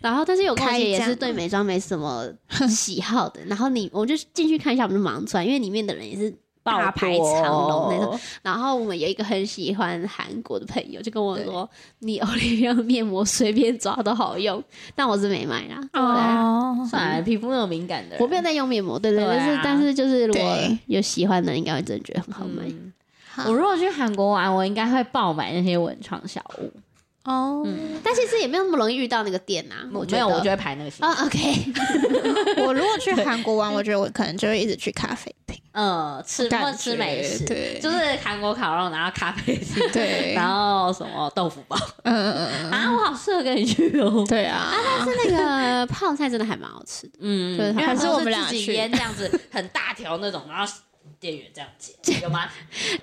然后，但是有空
开
姐也
价
是对美妆没什 么喜好的。然后你，我就进去看一下，我们就忙出来，因为里面的人也是大哦排长龙那种。，然后我们有一个很喜欢韩国的朋友，就跟我说：“你 Olivia 的面膜随便抓都好用。”但我是没买啦。对，
哦，
算了，皮肤那么敏感的人，
我没有在用面膜，对对，
对
但是
啊
但是就是如果
对
有喜欢的，应该会真的觉得很好买。
嗯
好
我如果去韩国玩，我应该会爆买那些文创小物。
哦，
但其实也没有那么容易遇到那个店呐、我觉
没
得
有，我就会排那个行
啊，OK，
我如果去韩国玩，我觉得我可能就会一直去咖啡厅，
嗯，吃
感
或吃美
觉
食，
对
就是韩国烤肉，然后咖啡厅，
对，
然后什么豆腐包
嗯嗯嗯
啊，我好适合跟你去哦
嗯，。对啊，
那个泡菜真的还蛮好吃的。
嗯，
对
因为
还是
是
我们俩
自己
去
腌这样子，很大条那种，然后店员这样剪，有吗？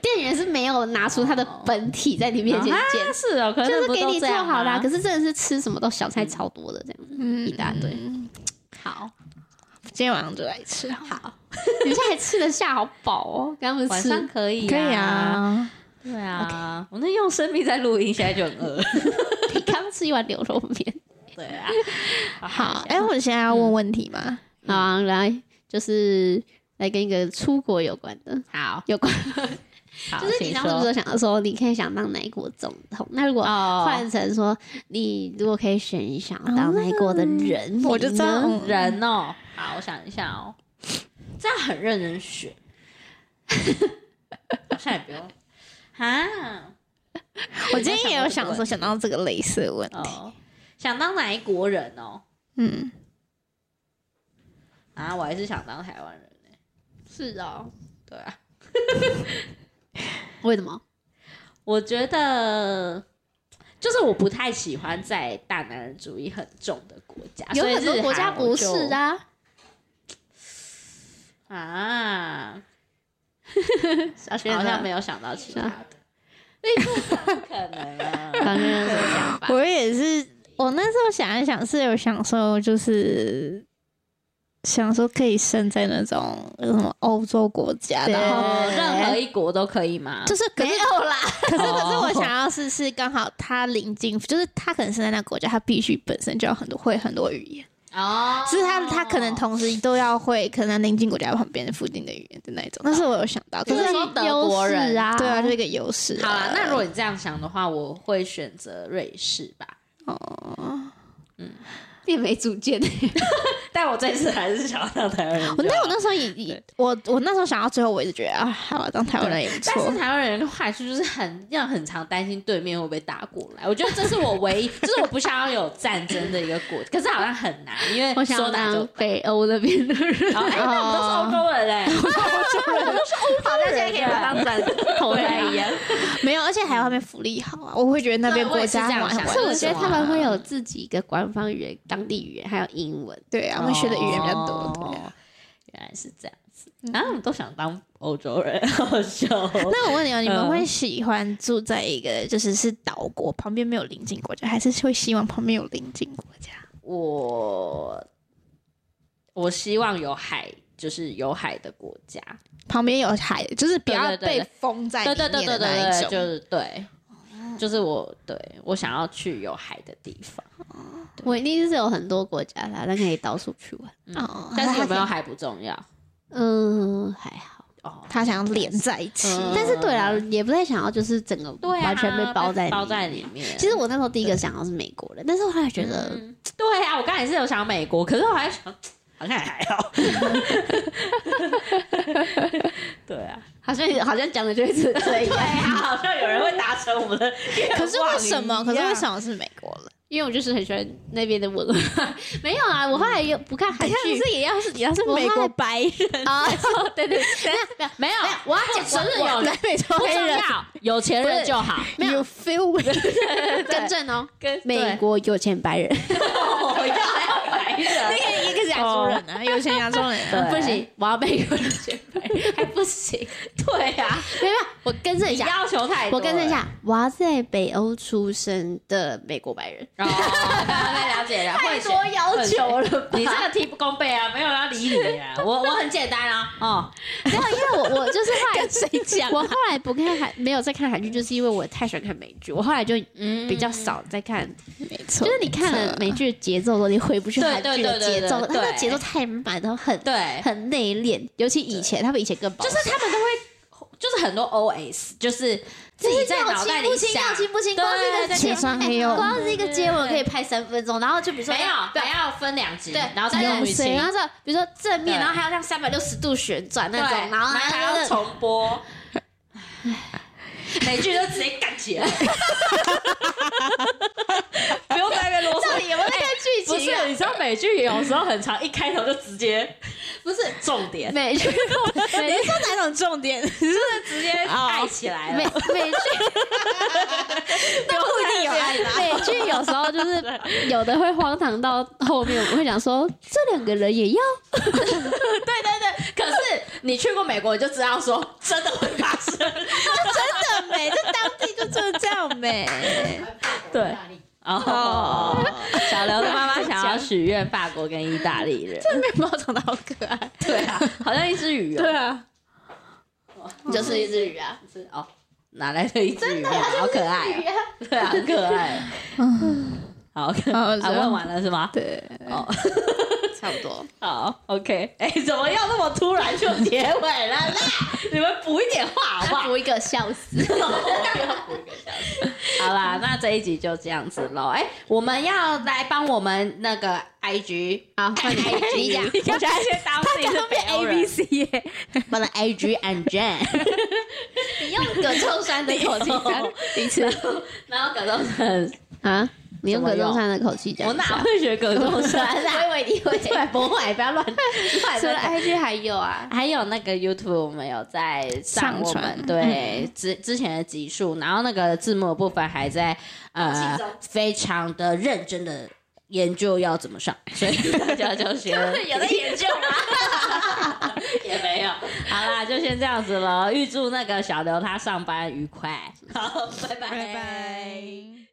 店员是没有拿出他的本体在你面前
啊
煎，
是哦，可
就是是给你做好啦。可
是
是真的是吃什么都小菜超多的这样。
嗯，
一大堆
好，今天晚上就来吃好了，
好，你们现在还吃得下，好饱哦。跟他们
晚
吃，
上可以
可以，啊，
对啊，我那用生命在录音，现在就很饿。
你刚吃一碗牛肉面。
对啊，
好，哎，我现在要问问题吗？
嗯
好啊，来就是来跟一个出国有关的，
好，
有关
好
就是你
请
当时
说
不是想说你可以想当哪一国总统？那如果
哦
换成说你如果可以选，你想当哪一国的人？
哦
我就
你
知道
呢
嗯
人哦，好，我想一下哦，这样很认真选， 好像也不用啊。
嗯我今天也有想
我
说想到这个类似的问题，
哦，想当哪一国人哦？
嗯，
啊，我还是想当台湾人呢、
是哦，
对啊，
为什么？
我觉得就是我不太喜欢在大男人主义很重的国家，
有
所以
很多
日
国家
韩我
不是
就
啊。
啊，
小学
好像没
有，
有想到其他的，那不可能 啊。
反正就是这样吧。
我也是，我那时候想一想是有想说就是。想说可以生在那种什么欧洲国家，
对
然后
哦，任何一国都可以吗？
就是可是
有啦，
可是可是
哦
我想要是 是刚好他临近，就是他可能是在那个国家，他必须本身就要很多会很多语言，
哦，
就是他他可能同时都要会可能临近国家旁边附近的语言的那一种。但是我有想到，可
就是是说德国人
优势啊，
对啊，就是一个优势。
好啦，那如果你这样想的话，我会选择瑞士吧。
哦，
也没主见。
但我这次还是想要当台湾人
我但我那时候也也我我那时候想到最后，我一直觉得啊，好啊，当台湾人也不
但
错
是。台湾人的坏处就是很让很常担心对面会不会打过来，我觉得这是我唯一， 就是我不想要有战争的一个国，可是好像很难，因为
我想
说
要
打就
当北欧那边的 人，
打。哦哎，那我们都是欧洲人哎，
好，那现在可以把它当转 头来一
啊
样。
没有，而且还有他们福利好啊，我会觉得那边
对我
国
也是
家
这样
玩
想
玩
所以我
得
觉得
爽
他们
啊
会有自己的官方语言、当地语言，还有英文。
对啊，我们学的语言比较多。对啊
哦原来是这样子，然后我们都想当欧洲人，好笑哦。
那我问你哦，你们
嗯
会喜欢住在一个就是是岛国旁边没有邻近国家，还是会希望旁边有邻近国家？
我我希望有海，就是有海的国家。
旁边有海，就是不要
对对对
被封在
对
里
对对
面
对对
的那
对，
一
就
种。
是对，就是我对我想要去有海的地方，
我一定是有很多国家啦，但可以到处去玩。
哦
但是有没有
他想
海不重要
嗯，还好。
哦。
他想要连在一起？
嗯
但是对啦，也不太想要，就是整个
对啊，
完全被包在
包在里。面。
其实我那时候第一个想要是美国人，但是我后来觉得
嗯对啊，我刚才也是有想美国，可是我还想好像也还好。 对啊，
好像好像讲的就是这
对
样，
啊， 好像有人会达成我们的愿望一样。
可是为什么？可是为什么是美国人？
因为我就是很喜欢那边的文化。没有啊，我后来又不看韩剧
也要是也要是
美国
白人，
啊，对对，没有
没有
没有，我要讲
真的有
南美洲
不
黑
重
人，
要，有钱人就好。
没有 feel with
更正哦，
跟
美国有钱白人，
国要要白人，
一个亚洲
哦
人啊，有钱亚洲人啊、
对
不行，我要被有人选配，还不行。
对啊，
没有，我更正一
你
下，
要求太多，
我更正一。下，我要在北欧出生的美国白人，
哦，太了解了，会选
要
求
了吧
你这个提不公背啊，没有要理你啊。我我很简单啊，哦，
没有，因为我我就是后来
谁讲
我后来不看韩，没有在看韩剧，就是因为我太喜欢看美剧，我后来就
嗯
比较少在看，
没错，
就是你看了美剧的节奏后，你回不去
对
韩剧的节
对对对
奏，
对
它的节奏太慢，然后很
对，
很内敛，尤其以前他们以前更保
就
守，
是他们都会，就是很多 OS，就是自己在脑袋里想。
要亲不亲，
对
光是一个
对
接
对对对
哎 光是一个接吻可以拍三分钟，然后就比如说
没有，还要分两集，
对，
然后再
有
用语
谁？
情
然，后说比如说正面，
对
然后还要这样三百六十度旋转那
对，
种，然后
还
还
要
要
重播，每句都直接干 起来，不用在那边啰
到
嗦。
底有没有在看剧
哎不
情啊？
是，你知道美剧有时候很长，一开头就直接不是重点，
美 剧，美
你是说哪种重点？
直接爱起来
美
了。
美剧
那不一定 有爱啦
美剧有时候 就是有的会荒唐到后面，我们会想说这两个人也要，
对 对对，可是你去过美国，你就知道说真的会发生。
真的美，这当地就就是这样美。
对。哦，小刘的妈妈 想要许愿法国跟意大利人，
面包长得好可爱。
对啊，好像一只鱼哦，
啊，
就是一只鱼啊，
是哦，哪来的一只鱼？好可爱哦，对啊，很可爱。 好，
好
啊，问完了是吗？
对，
哦，
差不多。
好，OK。哎，怎么又那么突然就结尾了啦？ 你们补一点话好不好？
补一个笑死，
好啦，那这一集就这样子喽。哎、我们要来帮我们那个 IG
好，换你你讲，
我觉得先当 自己是北欧人
C 耶，
帮了 IG and Jan，
你用葛仲山的口气讲
第次， 然后葛仲山，
啊，你用葛仲山的口气讲，
我哪会学葛仲山 啊？
我以为你会。
对，不会，不要乱乱
除了
的。
IG 还有啊，
还有那个 YouTube，我们有在上
上
我
传
们对之之前的集数，然后那个字幕的部分还在呃非常的认真的研究要怎么上，所以大家就先
有在研究吗？
也没有。好啦，就先这样子了。预祝那个小刘他上班愉快。好，拜拜
拜拜。